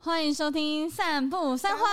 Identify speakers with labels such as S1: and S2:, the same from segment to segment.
S1: 欢迎收听《散步三花》。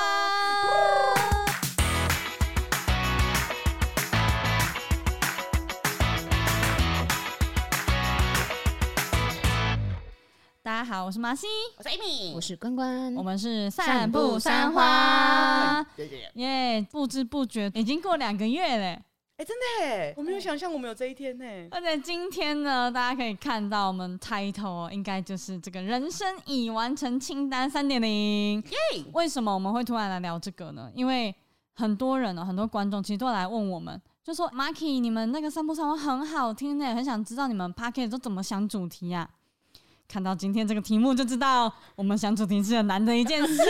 S1: 大家好，我是麻西，
S2: 我是 Amy，
S3: 我是关关，
S1: 我们是散步三花。
S2: 对对对，
S1: 耶不知不觉已经过两个月嘞，
S2: 哎，真的耶，我没有想象我们有这一天呢。
S1: 而且今天呢，大家可以看到我们 title 哦应该就是这个“人生已完成清单三点零”。
S2: 耶，
S1: 为什么我们会突然来聊这个呢？因为很多人呢、很多观众其实都来问我们，就说 Marky，你们那个散步散花很好听呢，很想知道你们 p a c k e t 都怎么想主题呀、看到今天这个题目就知道，我们想主题是很难的一件事。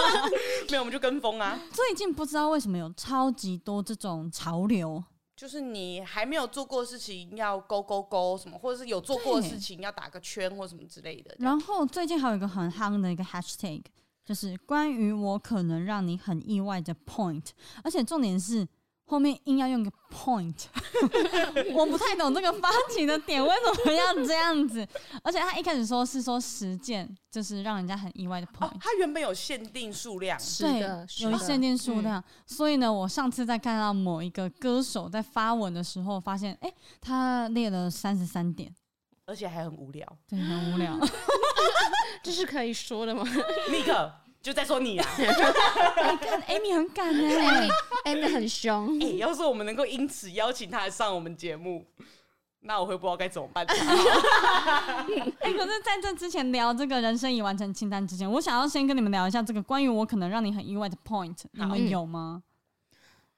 S2: 没有我们就跟风啊，
S1: 最近不知道为什么有超级多这种潮流，
S2: 就是你还没有做过的事情要勾勾勾什么，或者是有做过的事情要打个圈或什么之类的。
S1: 然后最近还有一个很夯的一个 hashtag，就是关于我可能让你很意外的 point，而且重点是后面硬要用一个 point，我不太懂这个发起的点为什么要这样子，而且他一开始说是说实践，就是让人家很意外的 point
S2: 哦，。它原本有限定数量，
S3: 是
S1: 对
S3: 的，，是
S1: 有
S3: 的嗯
S1: 限定数量，所以呢，我上次在看到某一个歌手在发文的时候，发现，哎、他列了三十三点，
S2: 而且还很无聊。
S1: 对，很无 聊。
S3: 这是可以说的吗
S2: 立刻就在说你啊，
S1: 哎看 Amy 很敢欸呢、
S3: ？Amy 很凶，
S2: 哎，要是我们能够因此邀请他上我们节目，那我会不知道该怎么办。
S1: 哎、可是在这之前聊这个人生已完成清单之前，我想要先跟你们聊一下这个关于我可能让你很意外的 point，你们有吗？
S2: 嗯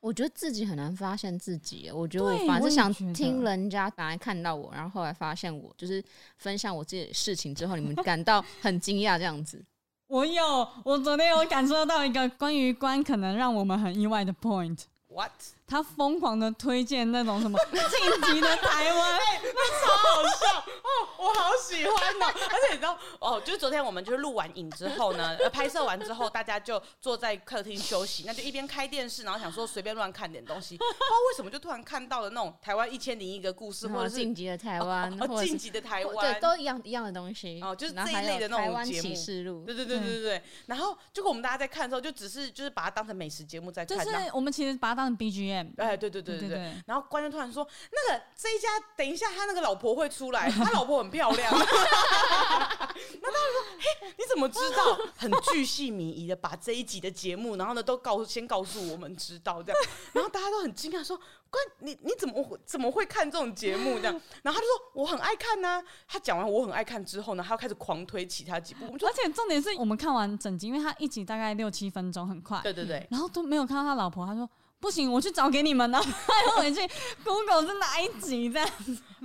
S3: 我觉得自己很难发现自己耶，我觉得我
S1: 对
S3: 反
S1: 我
S3: 正
S1: 也
S3: 想
S1: 觉得
S3: 听人家本来看到我，然后后来发现我就是分享我自己的事情之后， 你们感到很惊讶这样子。
S1: 我有，我昨天有感受到一个关于关可能让我们很意外的 point。
S2: What？
S1: 他疯狂的推荐那种什么晋级的台 湾，
S2: 好笑哦，我好喜欢 哦！而且你知道哦，就是昨天我们就是录完影之后呢，呃拍摄完之后，大家就坐在客厅休息，那就一边开电视，然后想说随便乱看点东 西，不知道为什么就突然看到了那种台湾一千零一个故事，
S3: 然
S2: 或
S3: 后
S2: 者是
S3: 晋级的台湾，或
S2: 哦
S3: 者
S2: 晋
S3: 是
S2: 级的台
S3: 或
S2: 湾
S3: 对，，都一样一样的东西。
S2: 哦就是
S3: 然后
S2: 这一
S3: 还有
S2: 类的那种
S3: 台湾
S2: 节目
S3: 启示录，
S2: 对对对对对对。然后结果我们大家在看的时候，就只是就是把它当成美食节目在
S1: 就
S2: 看，
S1: 是
S2: 然后
S1: 我们其实把它当成 BGM。
S2: 哎，对对对
S1: 对
S2: 对对。
S1: 对，
S2: 然后观众突然说：“那个这一家，等一下他那个老婆会出 来，他老婆很漂亮。” 那他们说：“嘿，你怎么知道？很巨细靡遗的把这一集的节目，然后呢都告先告诉我们知道 这样。”然后大家都很惊讶说：“关你你怎么会怎么会看这种节目这样？”然后他就说：“我很爱看呐、他讲完我很爱看之后呢，他又开始狂推其他几部。我们就
S1: 而且重点是我们看完整集，因为他一集大概六七分钟，很快。
S2: 对对 对，
S1: 然后都没有看到他老婆，他说不行，我去找给你们然后他回去 Google 是哪一集这样。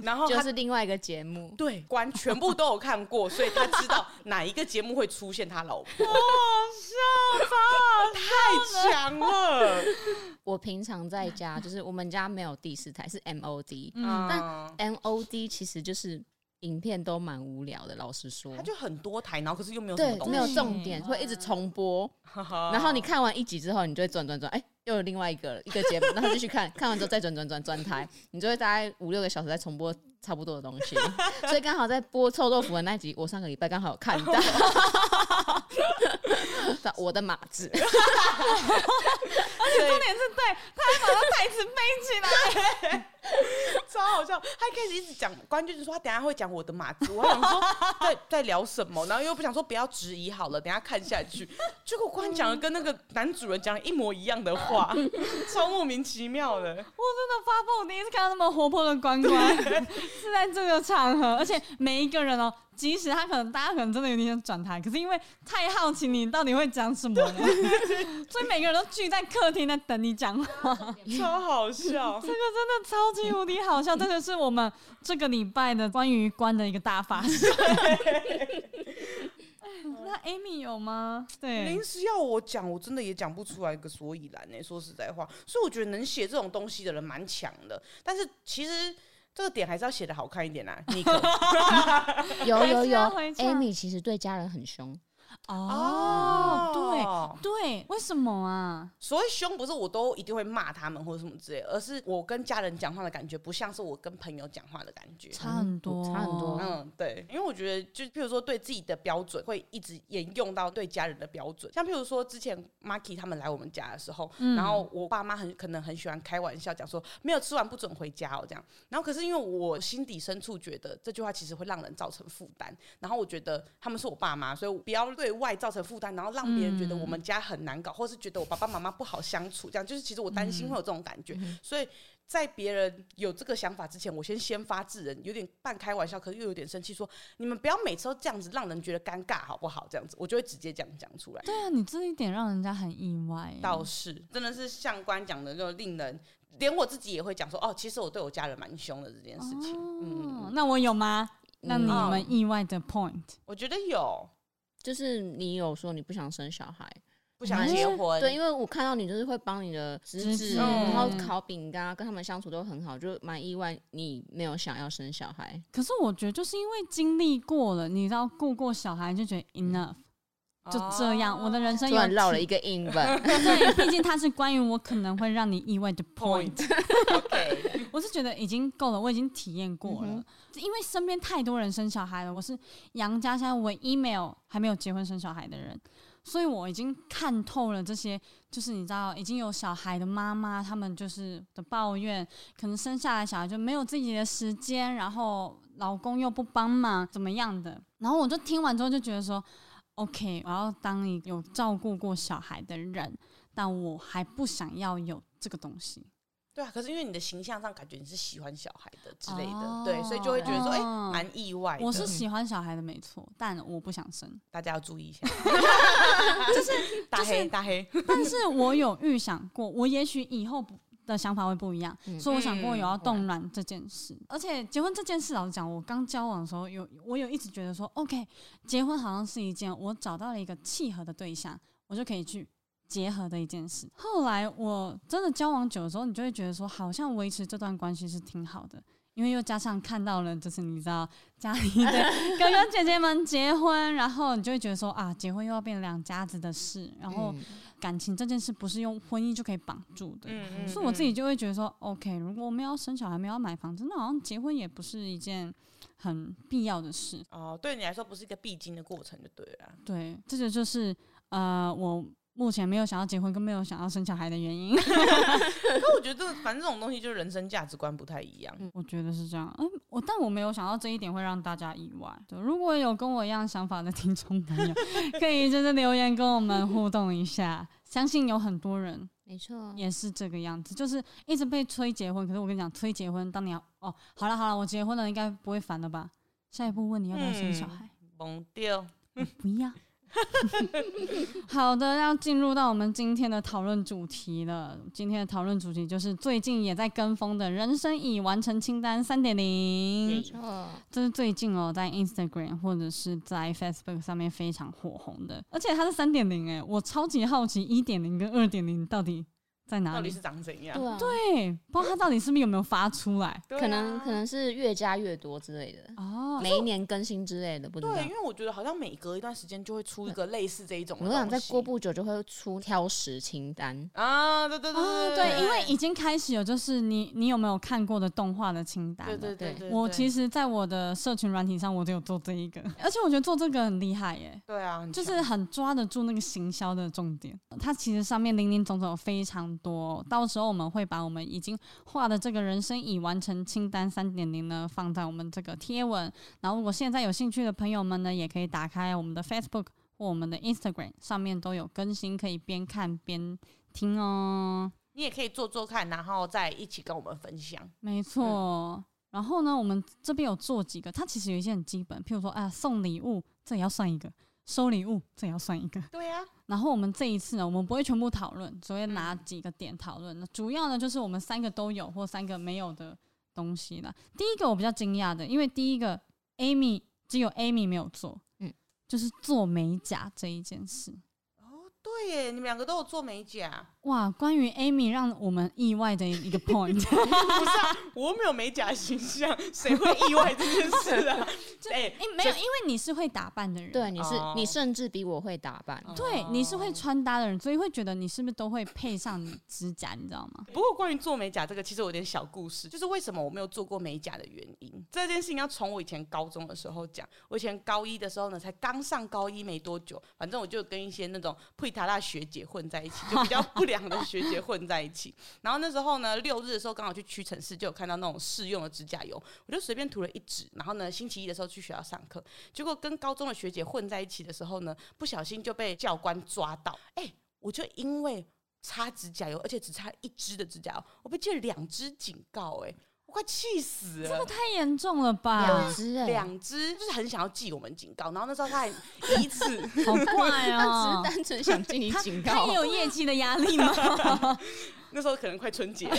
S2: 然后
S3: 就
S2: 哦他
S3: 是另外一个节目。
S2: 对关全部都有看过，所以他知道哪一个节目会出现他老婆。太强了！
S3: 我平常在家，就是我们家没有第四台，是 MOD。
S1: 嗯，
S2: 嗯，
S3: MOD 其实就是影片都蛮无聊的，老实说
S2: 它。就很多台，然后可是又没有什
S3: 对
S2: 么，东
S3: 没有
S2: 西，
S3: 重点，会一直重播。然
S1: 哦
S2: 然
S3: 后你看完一集之后，你就会转转转，哎、又有另外一个了一个 节目，然后继续看，看完之后再转转转转台，你就会大概五六个小时在重播差不多的东西。 所以刚好在播臭豆腐的那集，我上个礼拜刚好 有看到。我的马子，
S1: 重点是对，他还把他台词背起来。
S2: 超好笑，他一开始一直讲，关键就是说他啊等一下会讲我的马子，我还想 说在在聊什么，然后又不想说不要质疑好了，等一下看下去，结果关讲的跟那个男主人讲了一模一样的 话，超莫名其妙的。
S1: 我真的发疯，我第一次看到那么活泼的关关， 是在这个场合，而且每一个人哦，即使他可能大家可能真的有点想转台，可是因为太好奇你到底会讲什么了，所以每个人都聚在客厅在等你讲话。
S2: 超好笑
S1: 这，个真的超级无敌好笑，真的是我们这个礼拜的关于关的一个大发现。 那 Amy 有吗？对
S2: 临，时要我讲，我真的也讲不出来个所以然呢、欸说实在话，所以我觉得能写这种东西的人蛮强的，但是其实这个点还是要写的好看一点啦、啊。你可
S3: 有
S1: 还
S3: 有
S1: 是
S3: 有
S1: 要回家
S3: ，Amy 其实对家人很凶，
S1: 哦，对，对，为什么啊？
S2: 所以凶不是我都一定会骂他们或者什么之类，而是我跟家人讲话的感觉不像是我跟朋友讲话的感觉。
S1: 差很多，
S3: 差很多
S2: 嗯，对，因为我觉得，就譬如说对自己的标准，会一直沿用到对家人的标准。像譬如说之前 Marky 他们来我们家的时候，
S1: 嗯
S2: 然后我爸妈很可能很喜欢开玩笑，讲说没有吃完不准回家哦这样。然后可是因为我心底深处觉得这句话其实会让人造成负担，然后我觉得他们是我爸妈，所以我不要对外造成负担，然后让别人觉得我们家很难搞，或是觉得我爸爸妈妈不好相处，这样就是其实我担心会有这种感觉，所以。在别人有这个想法之前，我先先发制人，有点半开玩笑，可是又有点生气，说你们不要每次都这样子，让人觉得尴尬，好不好？这样子，我就会直接这样讲出来。
S1: 对啊，你这一点让人家很意外欸耶。
S2: 倒是真的是像官讲的，就令人连我自己也会讲说，哦，其实我对我家人蛮凶的这件事情。嗯，
S1: 哦，那我有吗？那你
S2: 嗯
S1: 们意外的 point，
S2: 我觉得有
S3: 就是你有说你不想生小孩，
S2: 不想
S1: 嗯
S2: 结婚，
S3: 对，因为我看到你就是会帮你的侄
S1: 侄
S3: 子，
S1: 子
S3: 然后烤饼干啊，跟他们相处都很好，就蛮意外你没有想要生小孩。
S1: 可是我觉得就是因为经历过了，你知道顾过小孩就觉
S2: 嗯
S1: 得 enough，就
S2: 哦
S1: 这样，我的人生
S3: 突
S1: 有
S3: 然绕了
S1: 体
S3: 一个英文，
S1: 对，毕竟它是关于我可能会让你意 外的 point，
S2: OK，
S1: 我是觉得已经够了，我已经体验过了。
S3: 嗯
S1: 因为身边太多人生小孩了，我是杨家现在唯一没有还没有结婚生小孩的人，所以我已经看透了这些，就是你知道已经有小孩的妈妈，她们就是的抱怨，可能生下来小孩就没有自己的时间，然后老公又不帮忙，怎么样的。然后我就听完之后就觉得说，OK，我要当一个有照顾过小孩的人，但我还不想要有这个东西。
S2: 对啊。可是因为你的形象上感觉你是喜欢小孩的之类的，
S1: 哦
S2: 对，所以就会觉得说，哎、
S1: 哦
S2: 蛮意外的。
S1: 我是喜欢小孩的没错，但我不想生。
S2: 大家要 注意一下， 就是大
S1: 就
S2: 黑
S1: 是
S2: 大黑，
S1: 但是我有预想过，我也许以后不的想法会不一样，
S3: 嗯
S1: 所以我想过有要
S2: 嗯
S1: 冻卵这件事。而且结婚这件事，老实讲，我刚交往的时候有，我有一直觉得说，OK，结婚好像是一件我找到了一个契合的对象，我就可以去。结合的一件事。后来我真的交往久了之后，你就会觉得说，好像维持这段关系是挺好的，因为又加上看到了，就是你知道家里的 哥哥姐姐们结婚，然后你就会觉得说啊，结婚又要变两家子的事，然后
S3: 嗯
S1: 感情这件事不是用婚姻就可以绑住的。
S2: 嗯嗯
S1: 所以我自己就会觉得说，OK，如果我们要生小孩，没有要买房子，那好像结婚也不是一件很必要的事。
S2: 哦，对你来说不是一个必经的过程就对了啊。
S1: 对，这个就是呃，我目前没有想要结婚跟没有想要生小孩的原因。
S2: 那我觉得，反正这种东西就是人生价值观不太一样。
S1: 我觉得是这样。嗯，我但我没有想到这一点会让大家意外。对，如果有跟我一样想法的听众朋 友，可以就是留言跟我们互动一下。相信有很多人
S3: 没错，
S1: 也是这个样子，就是一直被催结婚。可是我跟你讲，催结婚，当你要哦，好了好了，我结婚了，应该不会烦了吧？下一步问你要不要生小孩。
S2: 懵掉，
S1: 不要。 好的，要进入到我们今天的讨论主题了。今天的讨论主题就是最近也在跟风的人生已完成清单三点零
S3: 没，错，
S1: 这是最近哦，在 Instagram 或者是在 Facebook 上面非常火红的，而且它是三点零哎，我超级好奇一点零跟二点零到底在哪
S2: 到底
S1: 里
S2: 是？长怎样？
S3: 对啊，
S1: 对，不知道它到底是不是有没有发出来
S2: 对啊
S3: 可能可能是越加越多之类的，
S1: 哦？
S3: 每一年更新之类的，不知道
S2: 对，。啊因为我觉得好像每隔一段时间就会出一个类似这一种的
S3: 我
S2: 东西。
S3: 想再过不久就会出挑食清单，
S2: 啊，对对对
S1: 哦，对，因为已经开始有，就是你你有没有看过的动画的清单了？
S2: 对对对对，
S1: 我其
S2: 实
S1: 实，在我的社群软体上，我都有做这一个，而且我觉得做这个很厉害耶，
S2: 对啊，很
S1: 就是
S2: 强
S1: 很抓得住那个行销的重点。它其实上面零零总总有非常多，到时候我们会把我们已经画的这个人生已完成清单三点零呢，放在我们这个贴文。然后，如果现在有兴趣的朋友们呢，也可以打开我们的 Facebook 或我们的 Instagram，上面都有更新，可以边看边听哦。
S2: 你也可以做做看，然后再一起跟我们分享。
S1: 没错。然后呢，我们这边有做几个，它其实有一些很基本，譬如说啊，送礼物这也要算一个，收礼物这也要算一个。
S2: 对啊呀，
S1: 然后我们这一次呢，我们不会全部讨论，只会拿几个点讨论。那主要呢，就是我们三个都有或三个没有的东西啦。第一个我比较惊讶的，因为第一个 Amy 只有 Amy 没有做，嗯
S3: 嗯，
S1: 就是做美甲这一件事。
S2: 哦对耶，你们两个都有做美甲，
S1: 哇，关于 Amy 让我们意外的一 个 point，
S2: 我没有美甲形象，谁会意外这件事啊？
S1: 就
S2: 哎
S1: 诶没有，因为你是会打扮的人，
S3: 对，你是
S2: 哦
S3: 你甚至比我会打扮，
S1: 对，你是会
S2: 哦
S1: 穿搭的人，所以会觉得你是不是都会配上你指甲，你知道吗？
S2: 不过关于做美甲这个，其实我有点小故事，就是为什么我没有做过美甲的原因。这件事情要从我以前高中的时候讲。我以前高一的时候呢，才刚上高一没多久，反正我就跟一些那种配塔拉学姐混在一起，就比较不良的学姐混在一起。 然后那时候呢，六日的时候刚好去屈臣氏，就有看到那种试用的指甲油，我就随便涂了一支。然后呢，星期一的时候去学校上课，结果跟高中的学姐混在一起的时候呢，不小心就被教官抓到。哎、我就因为擦指甲油，而且只擦一支的指甲油，我被记了两支警告、哎，我快气死了。
S1: 太严重了吧
S3: 两？只哎，
S2: 两支就是很想要记我们警告，然后那时候他还以此，
S1: 好怪
S3: 他
S1: 哦、
S3: 只是单纯想进行警
S1: 他
S3: 告
S1: 也，有业绩的压力吗？
S2: 那时候可能快春节了，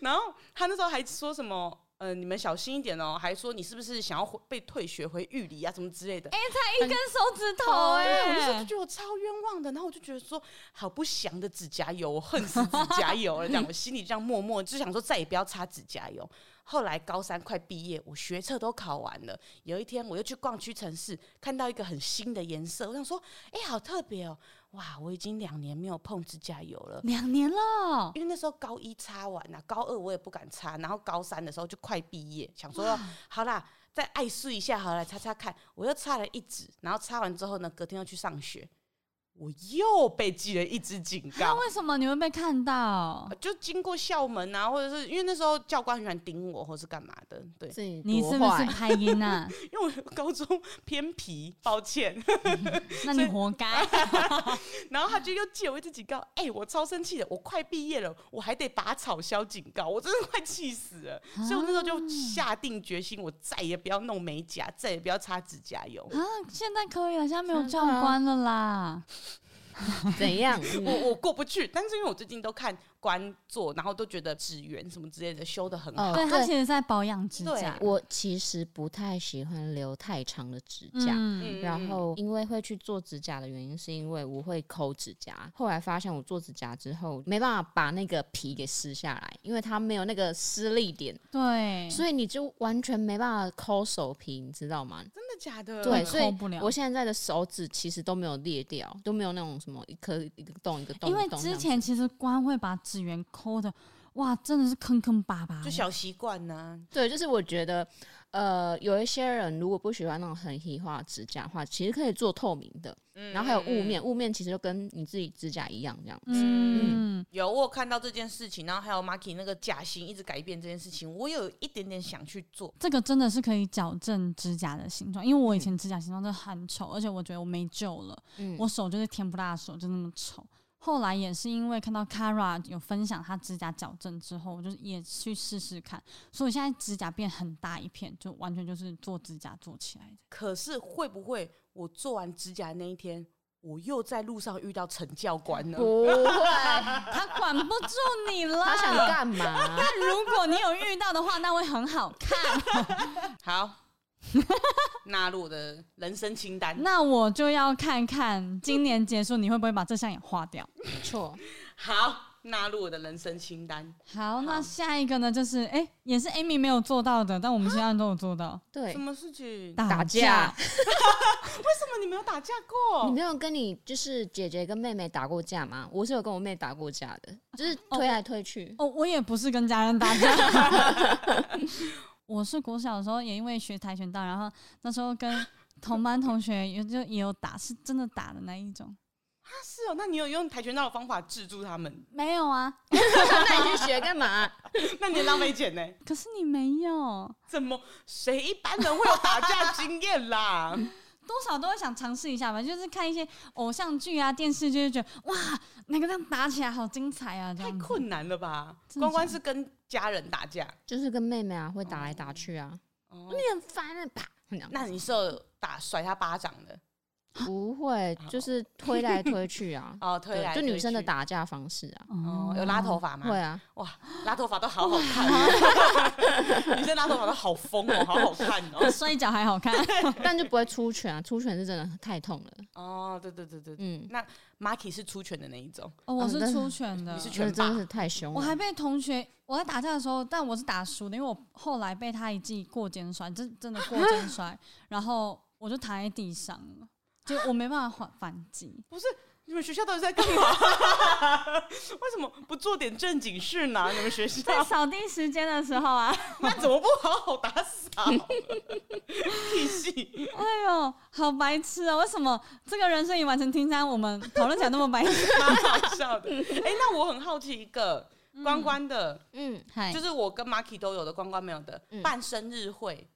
S2: 然后他那时候还说什么，呃，你们小心一点哦，还说你是不是想要回被退学回狱里啊，什么之类的。
S1: 一根手指头
S2: 哦对，我那时候
S1: 哎、
S2: 就觉得我超冤枉的，然后我就觉得说，好不祥的指甲油，我恨死指甲油了。这样，我心里这样默默就想说，再也不要擦指甲油。后来高三快毕业，我学测都考完了。有一天，我又去逛屈臣氏，看到一个很新的颜色，我想说，哎、好特别哦！哇，我已经两年没有碰指甲油了。
S1: 两年了，
S2: 因为那时候高一擦完了、高二我也不敢擦，然后高三的时候就快毕业，想说好啦，再爱试一下好了，擦擦看。我又擦了一指，然后擦完之后呢，隔天又去上学，我又被记了一支警
S1: 那
S2: 告。
S1: 为什么你会被看到
S2: 呃？就经过校门啊，或者是因为那时候教官很喜欢盯我，或是干嘛的，对，
S3: 自己
S1: 你
S3: 多
S1: 是不是
S3: 坏
S1: 拍音啊？
S2: 因为我高中偏皮，抱歉。
S1: 那你活该。
S2: 然后他就又借我一支警告，哎、我超生气的，我快毕业了，我还得拔草消警告，我真的快气死了。所以我那时
S1: 啊
S2: 候就下定决心，我再也不要弄美甲，再也不要擦指甲油。
S1: 啊，现在可以了，现在没有
S3: 真的
S1: 教官了啦。
S3: 怎样？
S2: 我我过不去，但是因为我最近都看官做，然后都觉得指缘什么之类的修的很好。
S3: 哦
S1: 对他其实在保养指
S2: 对
S1: 甲，
S3: 我其实不太喜欢留太长的指甲。
S1: 嗯，
S3: 然后，因为会去做指甲的原因，是因为我会抠指甲。后来发现我做指甲之后，没办法把那个皮给撕下来，因为它没有那个撕力点，
S1: 对，
S3: 所以你就完全没办法抠手皮，你知道吗？
S2: 真的假的？
S3: 对，
S1: 抠
S3: 所以
S1: 不了
S3: 我现在的手指其实都没有裂掉，都没有那种什么一颗一个洞一个洞。
S1: 因为
S3: 一个洞这
S1: 之
S3: 样
S1: 前其实官会把指缘抠的，哇，真的是坑坑巴巴的，
S2: 就小习惯呐。
S3: 对，就是我觉得，呃，有一些人如果不喜欢那种很细化指甲的话，其实可以做透明的，
S2: 嗯
S3: 然后还有雾面，雾面其实就跟你自己指甲一样这样。
S1: 嗯，
S2: 有我有看到这件事情，然后还有 Marky 那个甲型一直改变这件事情，我有一点点想去做。
S1: 这个真的是可以矫正指甲的形状，因为我以前指甲形状真的很丑，而且我觉得我没救了，
S3: 嗯，
S1: 我手就是甜不辣的手，就那么丑。后来也是因为看到 Kara 有分享她指甲矫正之后，我就也去试试看，所以我现在指甲变很大一片，就完全就是做指甲做起来的。
S2: 可是会不会我做完指甲那一天，我又在路上遇到陈教官呢？
S3: 不 会，
S1: 他管不住你了，
S3: 他想干嘛？
S1: 但如果你有遇到的话，那会很好看。
S2: 好，纳入我的人生清单。
S1: 那我就要看看今年结束你会不会把这项也划掉。
S3: 没错，
S2: 好，纳入我的人生清单。
S1: 好，那下一个呢，就是哎、诶也是 Amy 没有做到的，但我们其他人都有做到。
S3: 对
S2: 什，么事情？为
S1: 啊打
S3: 打
S1: 架
S3: 架，
S2: 什么你没有打架
S3: 你
S2: 过？
S3: 没有跟你就是姐姐跟妹妹打过架吗？我是有跟我妹打过架的，就是
S1: 哦
S3: 推来推去。
S1: 哦，我也不是跟家人打架， 我是国小的时候也因为学跆拳道，然后那时候跟同班同学也就也有打，是真的打的那一种。
S2: 啊是哦，那你有用跆拳道的方法制住他们？
S1: 没有啊，
S3: 那你去学干嘛？啊
S2: 那你也浪费钱呢？
S1: 可是你没有，
S2: 怎么？谁一般人会有打架经验 啦？
S3: 嗯
S1: 多少都会想尝试一下吧，就是看一些偶像剧啊、电视剧，就觉得哇，哪个这样打起来好精彩啊，这
S2: 太
S1: 样子
S2: 困难了吧？
S1: 真的
S2: 关关
S1: 假
S2: 是跟家人打架。
S3: 就是跟妹妹啊，会打来打去啊，
S2: 哦
S3: 你很烦啊，啪，这样
S2: 那你是有打甩他巴掌的？，
S3: 不会，就是推来推去啊
S2: 哦， 推
S3: 对
S2: 来
S3: 就女生的
S2: 打，
S3: 打架方式啊，
S2: 哦，有拉头发吗？
S3: 会啊，
S2: 哇，拉头发都好好看 哦，女生拉头发都好疯哦，好好看哦。
S1: 摔跤还好 看，
S3: 但就不会出拳啊，出拳是真的太痛了，
S2: 哦，对对对对对
S3: 嗯，
S2: ，Marky 是出拳的那一种，
S1: 哦我
S3: 嗯但
S1: 是
S3: 是
S1: 出拳的，
S2: 你是
S3: 真
S2: 拳
S3: 的
S2: 霸
S3: 真的是太凶
S1: 我
S3: 了，
S1: 还被同学我在打架的时候，但我是打输的，因为我后来被他一记过肩摔，真真的过肩 摔，然后我就躺在地上了，就我没办法反反击。
S2: 不是？你们学校到底在干嘛？ 为什么不做点正经事呢？你们学 校
S1: 在扫地时间的时候啊，
S2: 那怎么不好好打扫？屁戏！
S1: 哎呦，好白痴啊！为什么这个人生已完成听三，我们讨论起来那么白痴？
S2: 蛮好笑 的。哎、那我很好奇一个关关的，
S3: 嗯，
S1: 嗨
S2: 就是我跟 Marky 都有的，关关没有的，
S3: 嗯
S2: 办生日会。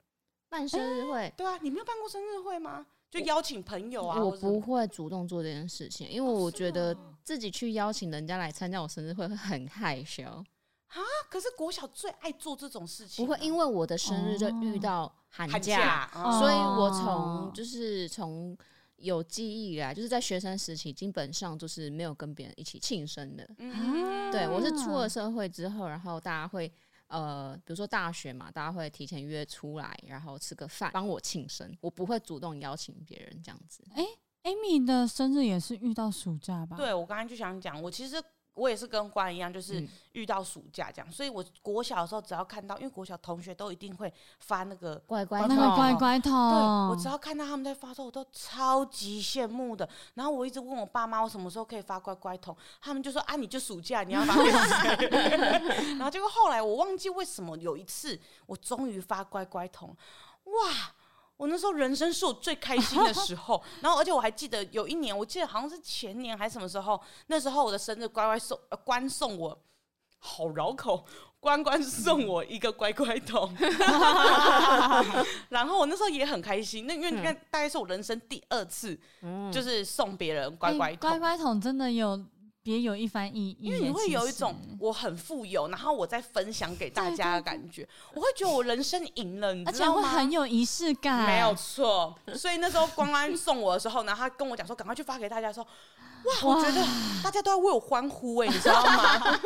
S3: 办生日会。
S2: 对啊，你没有办过生日会吗？就邀请朋友啊，或
S3: 我
S2: 者什么哦
S3: 不会主动做这件事情，因为我觉得自己去邀请人家来参加我生日会会很害羞，
S2: 啊。可是国小最爱做这种事情
S3: 不
S2: 啊、
S3: 会因为我的生日就遇到寒
S2: 寒
S3: 假，
S2: 假，嗯
S1: 哦
S3: 所以我从
S1: 哦
S3: 就是从有记忆以来，就是在学生时期，基本上就是没有跟别人一起庆生的。
S2: 嗯
S3: 对我是出了社会之后，然后大家会呃，比如说大学嘛，大家会提前约出来，然后吃个饭，帮我庆生。我不会主动邀请别人这样子。
S1: Amy 的生日也是遇到暑假吧？，
S2: 对我刚才就想讲，我其实我也是跟关一样，就是
S3: 嗯
S2: 遇到暑假这样，所以我国小的时候只要看到，因为国小同学都一定会发那个
S3: 乖乖
S1: 那
S3: 头
S1: 个乖乖头，
S2: 对我只要看到他们在发的时候，我都超级羡慕的。然后我一直问我爸妈，我什么时候可以发乖乖桶，他们就说啊，你就暑假你要发给谁？ 然后结果后来我忘记为什么有一次我终于发乖乖桶，哇！我那时候人生是我最开心的时候，然后而且我还记得有一年，我记得好像是前年还是什么时候，那时候我的生日乖乖送、呃、关送我，好绕口， 关关送我一个乖乖桶， 然后我那时候也很开心，那因为
S1: 嗯
S2: 你看，大概是我人生第二次，就是送别人乖乖
S1: 哎
S2: 桶
S1: 乖，乖桶真的有别有一番意义耶，
S2: 因为你会
S1: 其
S2: 有一
S1: 实
S2: 种我很富有，然后我再分享给大家的感觉，我会觉得我人生赢了，你
S1: 而
S2: 知
S1: 且
S2: 道
S1: 会
S2: 吗
S1: 很？有仪式感，
S2: 没有错，所以那时候关关送我的时候，然后他跟我讲说，赶快去发给大家说。哇，我觉得大家都在为我欢呼哎、你知道吗？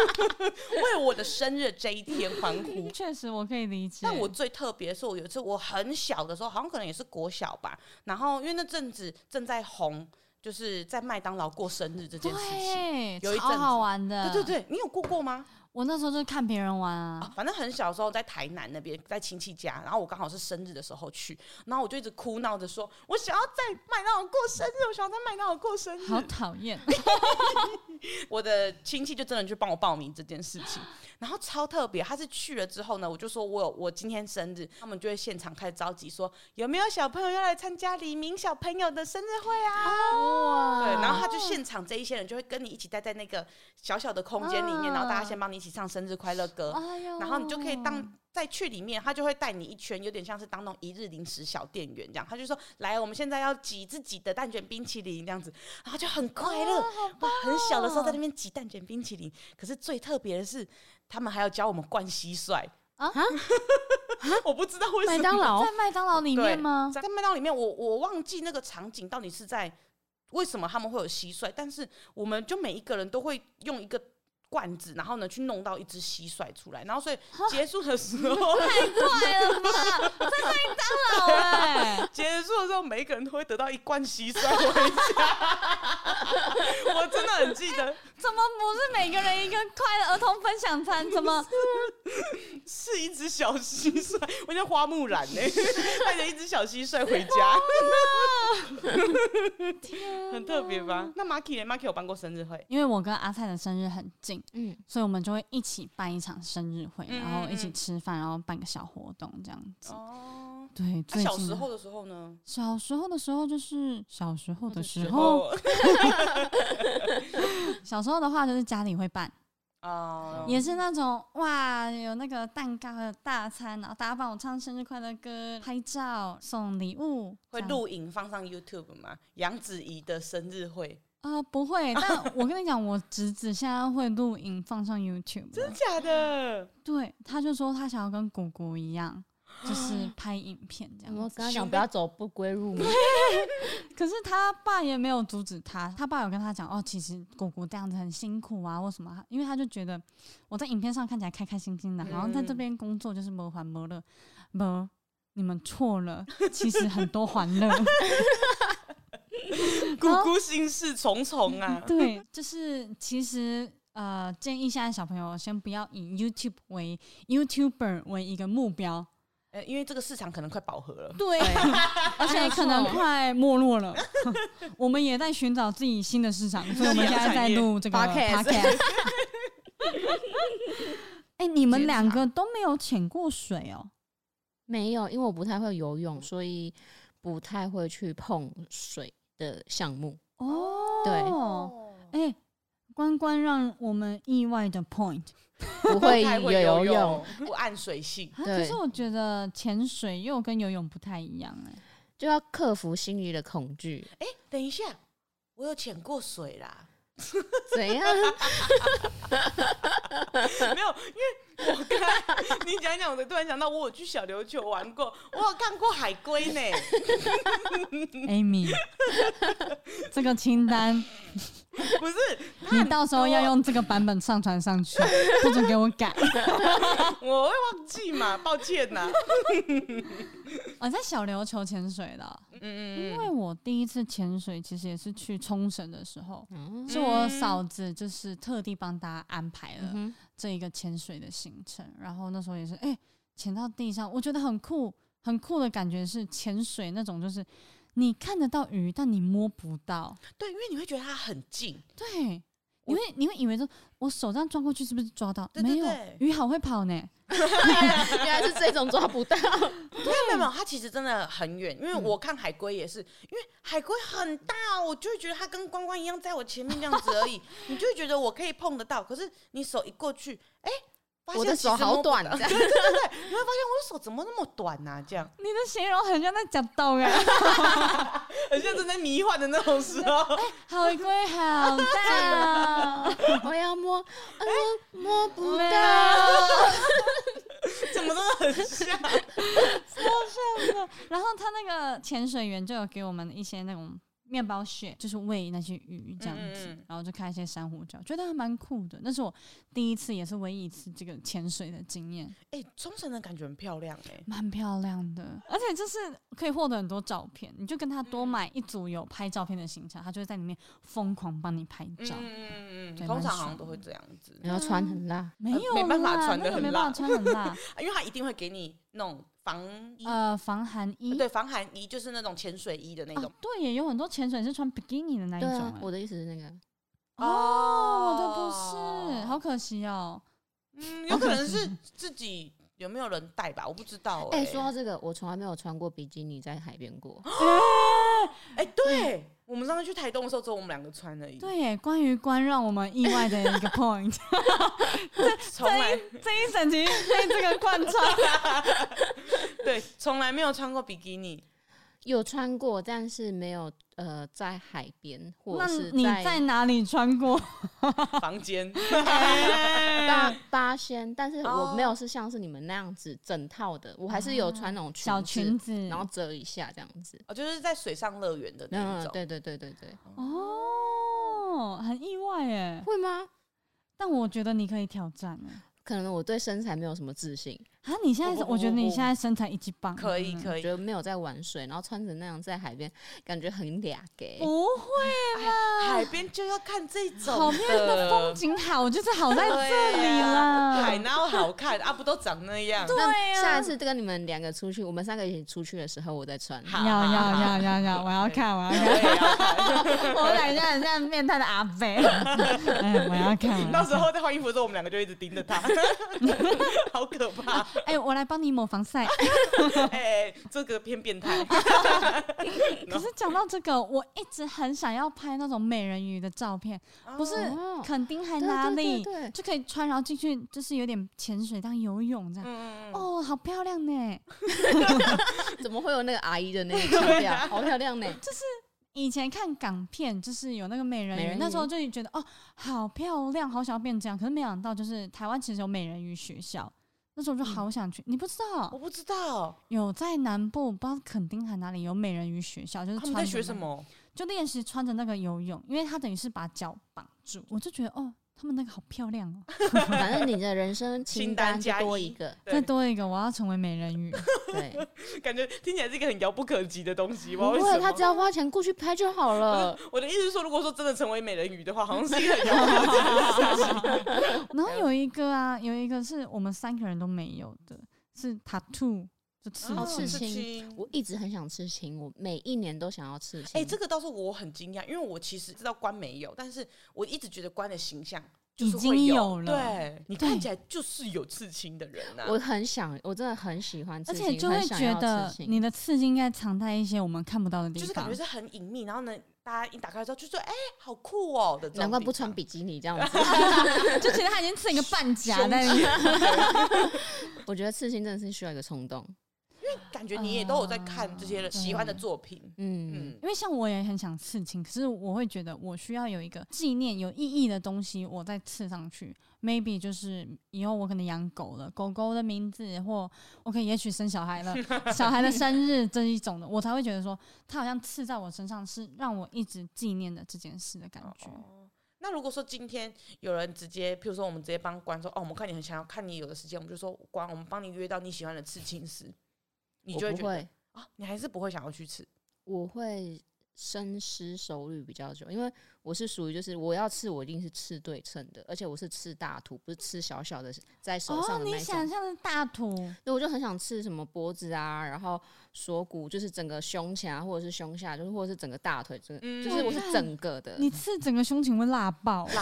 S2: 为我的生日这一天欢呼，
S1: 确实我可以理解。
S2: 但我最特别的是，我有一次我很小的时候，好像可能也是国小吧，然后因为那阵子正在红，就是在麦当劳过生日这件事情。
S1: 对，啊
S2: 有一
S1: 超
S2: 阵
S1: 好
S2: 子
S1: 玩的，
S2: 对对，对，你有过过吗？
S1: 我那时候就是看别人玩啊
S2: 啊，，反正很小的时候在台南那边，在亲戚家，然后我刚好是生日的时候去，然后我就一直哭闹着说，我想要在麦当劳过生日，我想要在麦当劳过生日。
S1: 好讨厌，
S2: 我的亲戚就真的去帮我报名这件事情，然后超特别，他是去了之后呢，我就说我有我今天生日，他们就会现场开始召集说有没有小朋友要来参加李明小朋友的生日会啊？对，
S1: 哦
S3: 哇
S2: 然后他就现场这一些人就会跟你一起待在那个小小的空间里面，然后大家先帮你一起唱生日快乐歌，
S1: 哎呦，
S2: 然后你就可以
S1: 哦
S2: 当。再去里面，他就会带你一圈，有点像是当那种一日零食小店员这样。他就说：“来，我们现在要挤自己的蛋卷冰淇淋这样子。”然后就很快乐，
S1: 哦
S2: 哇，很小的时候在那边挤蛋卷冰淇淋，可是最特别的是，他们还要教我们灌蟋蟀
S1: 啊
S2: 我不知道 为什么
S3: 麦当劳
S1: 在麦当劳里
S2: 对
S1: 面吗？
S2: 在麦当劳里面，我我忘记那个场景到底是在为什么他们会有蟋蟀，但是我们就每一个人都会用一个。罐子，然后呢，去弄到一只蟋蟀出来，然后所以结束的时候，
S1: 快了吧，在麦当 劳哎，
S2: 结束的时候，每一个人都会得到一罐蟋蟀回家。我真的很记得，
S1: 怎么不是每个人一个快乐儿童分享餐？怎 么
S2: 是一只小蟋蟀，我像花木兰呢、带着一只小蟋蟀回家， 很特别吧？那 Marky 呢？Marky 有办过生日会，
S1: 因为我跟阿菜的生日很近，
S3: 嗯，
S1: 所以我们就会一起办一场生日会，
S2: 嗯
S1: 然后一起
S2: 嗯
S1: 吃饭，然后办个小活动这样子。
S2: 哦，
S1: 对，
S2: 那
S1: 最
S2: 小
S1: 近啊
S2: 时候的时候呢？
S1: 小时候的时候就是小时候的时候，
S2: 哦，
S1: 小时候的话就是家里会办，
S2: 啊
S1: 也是那种哇，有那个蛋糕的大餐，然后大家帮我唱生日快乐歌、拍照、送礼物，这
S2: 会
S1: 样
S2: 录影放上 YouTube 吗？杨子怡的生日会，
S1: 啊、不会， 但我跟你讲，我侄子现在会录影放上 YouTube，
S2: 真的假的？
S1: 对，他就说他想要跟姑姑 一样，就是拍影片这
S3: 我
S1: 样子。
S3: 跟他讲不要走不归路嘛，
S1: 可是他爸也没有阻止他，他爸有跟他讲哦，其实果果这样子很辛苦啊，或什么，因为他就觉得我在影片上看起来开开心心的，
S2: 嗯
S1: 然后在这边工作就是没欢没乐，没你们错了，其实很多欢乐。
S2: 姑姑心事重重啊，
S1: 对，就是其实呃，建议现在小朋友先不要以 YouTube 为 YouTuber 为一个目标，
S2: 呃因为这个市场可能快饱和了。
S1: 对，啊而且可能快没落了。 我们也在寻找自己新的市场，所以我们现在在录这个
S3: Podcast
S1: podcast。哎、你们两
S3: 检
S1: 个都没有潜过水哦、
S3: 没有，因为我不太会游泳，所以不太会去碰水的项目。
S1: 哦，对，哎、关关让我们意外的 point，
S3: 不
S2: 不
S3: 会
S2: 太会
S3: 游
S2: 泳， 不按水性。
S1: 啊可
S3: 对
S1: 是我觉得潜水又跟游泳不太一样哎、
S3: 就要克服心里的恐惧。
S2: 哎、等一下，我有潜过水啦，
S3: 怎样？
S2: 没有，因为我刚 才你讲一讲，我突然想到，我有去小琉球玩过，我有看过海龟呢。
S1: 哎 Amy，这个清单
S2: 不是，
S1: 你到时候要用这个版本上传上去，不准给我改。
S2: 我会忘记嘛，抱歉呐、
S1: 我、哦在小琉球潜水的哦、因
S2: 嗯
S1: 为我第一次潜水其实也是去冲绳的时候，
S2: 哦
S3: 嗯
S1: 是我嫂子就是特地帮大家安排
S3: 嗯
S1: 了
S3: 哼
S1: 这一个潜水的行程。然后那时候也是，哎、潜到地上，我觉得很酷，很酷的感觉是潜水那种，就是你看得到鱼，但你摸不到。
S2: 对，因为你会觉得它很近，
S1: 对，你
S2: 我
S1: 会你会以为说，我手这样抓过去是不是抓到？
S2: 对对
S1: 没有
S2: 对，
S1: 鱼好会跑呢。
S3: 原来是这种抓不到，
S2: 没有没有没有，它其实真的很远。因为我看海龟也是，因为海龟很大，我就会觉得它跟关关一样在我前面这样子而 已，你就会觉得我可以碰得到。可是你手一过去，哎、发现
S3: 我的手
S2: 其实摸
S3: 好
S2: 不
S3: 短
S2: 到，
S3: 这样
S2: 对对对对，你会发现我的手怎么那么短呐、这样
S1: 你的形容很像在讲豆 啊，
S2: 很像正在迷幻的那种时 候。
S1: 海龟 好大哦，
S3: 我要摸，啊摸摸
S1: 哎
S3: 不
S1: 没有
S3: 到。
S2: 怎么都很 像。
S1: 然后他那个潜水员就有给我们一些那种面包屑，就是喂那些鱼这样子，
S2: 嗯嗯嗯
S1: 然后就看一些珊瑚礁，觉得还蛮酷的。那是我第一次，也是唯一一次这个潜水的经验，
S2: 哎、冲绳的感觉很漂亮哎、
S1: 蛮漂亮
S2: 嗯
S1: 的，而且就是可以获得很多照片。你就跟他多买一组有拍照片的行程，他就会在里面疯狂帮你拍照。
S2: 嗯嗯嗯
S1: 对
S2: 通常
S1: 蛮
S2: 好像
S1: 爽
S2: 都会这样子，
S3: 然后穿很辣，
S1: 没有啦、
S2: 呃没办法穿
S1: 那
S2: 得
S1: 个
S2: 很
S1: 没
S2: 辣
S1: 办法穿很 辣。
S2: 因为它一定会给你那种防衣，
S1: 呃，防寒衣，
S2: 对，防寒衣就是那种潜水衣的那种
S1: 啊。，对耶，有很多潜水是穿比基尼的那一
S3: 对
S1: 种哎
S3: 啊
S1: 耶，。
S3: 我的意思是那个，
S1: 哦，我的不是，
S2: 哦
S1: 好可惜哦。
S2: 嗯，有可能是自己有没有人带吧，我不知道、欸。
S3: 哎，说到这个，我从来没有穿过比基尼在海边过，
S2: 哎、对，我们上次去台东的时候，只有我们两个穿而已，，
S1: 嗯对耶，关于关让我们意外的一个 point，
S2: 从来
S1: 这一整集被这个贯 穿。
S2: 对，从来没有穿过比基尼。
S3: 有穿过，但是没有呃在海边或
S1: 那
S3: 者是
S1: 你在哪里穿 过？
S2: 房间
S3: 八八仙，但是
S2: 哦
S3: 我没有是像是你们那样子整套的，我还是有穿那种
S1: 小裙
S3: 裙子，
S1: 子，
S3: 然后遮一下这样子。
S2: 哦，就是在水上乐园的那一
S3: 嗯
S2: 种，，
S3: 对对对对对，
S1: 嗯哦，很意外耶。
S3: 会吗？
S1: 但我觉得你可以挑战耶
S3: 可能我对身材没有什么自信，
S1: 啊！你现在
S2: 不
S1: 是，
S2: 不不
S1: 我觉得你
S2: 不
S1: 现在身材一级棒，
S2: 可以可
S3: 我
S2: 以
S1: 嗯
S3: 觉。得没有在玩水，然后穿成那样在海边，感觉很俩给。
S1: 不会啦，
S2: 海边就要看这种
S1: 嗯好漂亮的风景好，就是好在这里啦。
S2: 啊海哪有好看啊？不都长那样？
S1: 对
S3: 那
S1: 呀
S3: 下一次跟你们两个出去，我们三个一起出去的时候，我再穿。
S2: 好
S1: 要
S2: 好
S1: 要
S2: 好
S1: 要要要！我要看，我要看，我等一下很像变态的阿 飞。哎，我要 看。我要
S2: 到
S1: 看
S2: 时候在换衣服的时候，我们两个就一直盯着 他， 好可怕！
S1: 哎，我来帮你抹防 晒。
S2: 哎、这个偏变态。
S1: 可是讲到这个，我一直很想要拍那种美人鱼的照片，不是
S3: 哦
S1: 垦丁还
S3: 对
S1: 哪
S3: 对对
S1: 里
S3: 对
S1: 就可以穿，然后进去就是有点潜水，当游泳这样。
S2: 嗯，嗯
S1: 哦，好漂亮呢！
S3: 怎么会有那个阿姨的那个腔调？好漂亮呢！
S1: 以前看港片，就是有那个美人
S3: 美
S1: 鱼，
S3: 人鱼
S1: 那时候就觉得哦，好漂亮，好想要变这样。可是没想到，就是台湾其实有美人鱼学校，那时候我
S3: 嗯
S1: 就好想去，你不知
S2: 我
S1: 道
S2: 不知道
S1: 有在南部，不知道垦丁还哪里有美人鱼学校，就是
S2: 他们在
S1: 穿着
S2: 学什
S1: 那个，
S2: 么。
S1: 就练习穿着那个游泳，因为他等于是把脚绑住，我就觉得哦，他们那个好漂亮哦，
S2: 啊
S3: 反正你的人生清单就多一个，
S1: 再
S2: 对，
S1: 多一个我要成为美人鱼，
S3: 对，
S2: 感觉听起来是一个很遥不可及的东西。
S3: 不
S2: 不知啊道为
S3: 会，
S2: 什
S3: 他
S2: 么
S3: 只要花钱过去拍就好了。
S2: 我的意思是说，如果说真的成为美人鱼的话，好像 是一个很遥不可及
S1: 然后有
S2: 嗯
S1: 一个啊，有一个是我们三个人都没有的，是 tattoo 就刺
S2: 的
S3: 哦
S1: 青
S2: 事
S3: 刺
S2: 情。
S3: 青我一直很想吃青，我每一年都想要吃青。
S2: 哎、这个倒是我很惊讶，因为我其实知道关没有，但是我一直觉得关的形象就是
S1: 已
S2: 会
S1: 经
S2: 有
S1: 有了
S2: 对你
S1: 对
S2: 看起来就是有刺青的人啊呐、
S3: 我很想，我真的很喜欢
S1: 而
S3: 刺青，
S1: 且就会
S3: 很想
S1: 觉
S3: 要
S1: 得
S3: 刺青
S1: 你的刺激应该藏在一些我们看不到的地
S2: 就是感
S1: 方
S2: 觉。是很隐秘，然后呢，大家一打开之后就说：“哎、好酷哦、的这种
S3: 难怪
S2: 地
S3: 不穿
S2: 方
S3: 比基尼这 样子。
S1: 就觉得他已经刺一个半甲在里面，
S3: 我觉得刺青真的是需要一个冲动。
S2: 感觉你也都有在看
S1: 啊
S2: 这些人
S1: 对
S2: 喜欢的作品。
S3: 嗯，
S2: 嗯，
S1: 因为像我也很想刺青，可是我会觉得我需要有一个纪念、有意义的东西，我再刺上去。Maybe 就是以后我可能养狗了，狗狗的名字，或我可以也许生小孩 了，小孩的生日这一种的，我才会觉得说，它好像刺在我身上是让我一直纪念的这件事的感觉。
S2: 哦那如果说今天有人直接，譬如说我们直接帮关说：“哦，我们看你很想要看你有的时间，我们就说关，我们帮你约到你喜欢的刺青师。”你
S3: 我
S2: 就会
S3: 不
S2: 觉得
S3: 会，
S2: 啊，你还是不会想要去刺。
S3: 我会深思熟虑比较久，因为我是属于就是我要刺，我一定是刺对称的，而且我是刺大图，不是刺小小的在手
S1: 哦
S3: 上，的那
S1: 你
S3: 一
S1: 想
S3: 种。
S1: 象的大图，
S3: 对，我就很想刺什么脖子啊，然后锁骨，就是整个胸前啊，或者是胸下，就是或者是整个大腿，这个、
S2: 嗯
S3: 就是我是
S1: 哇
S3: 整个的。
S1: 你刺整个胸前会辣爆。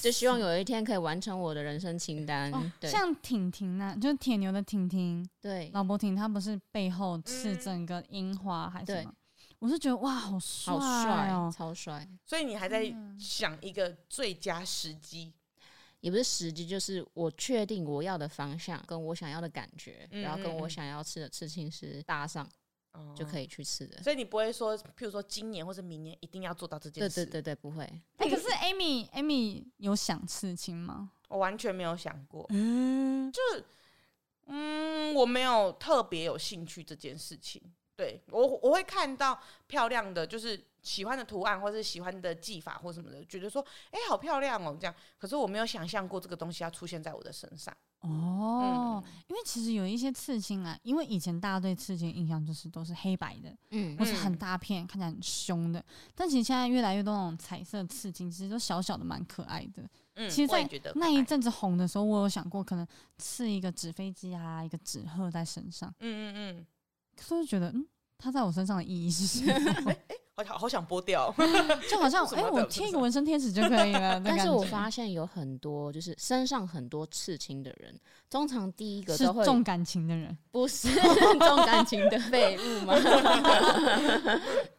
S3: 就希望有一天可以完成我的人生清单。
S1: 哦，
S3: 对
S1: 像婷婷那、就是铁牛的婷婷，
S3: 对，
S1: 老伯婷，她不是背后刺
S2: 嗯
S1: 整个樱花还是
S3: 对
S1: 什么？我是觉得哇，好帅
S3: 好帅，
S1: 哦！嗯
S3: 超帅。
S2: 所以你还在
S3: 嗯
S2: 想一个最佳时机，
S3: 也不是时机，就是我确定我要的方向，跟我想要的感觉，
S2: 嗯
S3: 然后跟
S2: 嗯
S3: 我
S2: 嗯
S3: 想要吃的刺青师搭上，
S1: 哦
S3: 就可
S2: 以。
S3: 以去吃的。
S2: 哦 所以你不会说，譬如说今年或者明年一定要做到这件
S3: 对
S2: 事。
S3: 对对对，不会。
S1: 哎、可是 Amy Amy 有想刺青吗？
S2: 我完全没有想过。
S1: 嗯，就
S2: 嗯，我没有特别有兴趣这件事情。对我我会看到漂亮的，就是喜欢的图案，或是喜欢的技法或什么的，觉得说，哎、好漂亮哦，这样。可是我没有想象过这个东西要出现在我的身上。
S1: 哦，
S2: 嗯
S1: 因为其实有一些刺青啊，因为以前大家对刺青的印象就是都是黑白的，
S3: 嗯
S1: 或是很大片，看起来很凶的。但其实现在越来越多那种彩色刺青，其实都小小的，蛮可爱的。
S2: 嗯，
S1: 其实
S2: 我
S1: 在
S2: 也觉得
S1: 那
S2: 可
S1: 一
S2: 爱
S1: 阵子红的时候，我有想过可能刺一个纸飞机啊，一个纸鹤在身上，
S2: 嗯嗯
S1: 可是我就觉得嗯，它在我身上的意义是什 么？
S2: 嗯，好想好想剥
S1: 哦
S2: 掉。
S1: 就好像
S2: 为什
S1: 哎、
S2: 么要在
S1: 我
S2: 我
S1: 贴一
S2: 身
S1: 个
S2: 上
S1: 纹身贴纸就可以了。的
S3: 但
S1: 感
S3: 是我
S1: 觉
S3: 发现有很多就是身上很多刺青的人，通常第一个
S1: 是
S3: 都会
S1: 重感情的人，
S3: 不是重感情的 废物吗？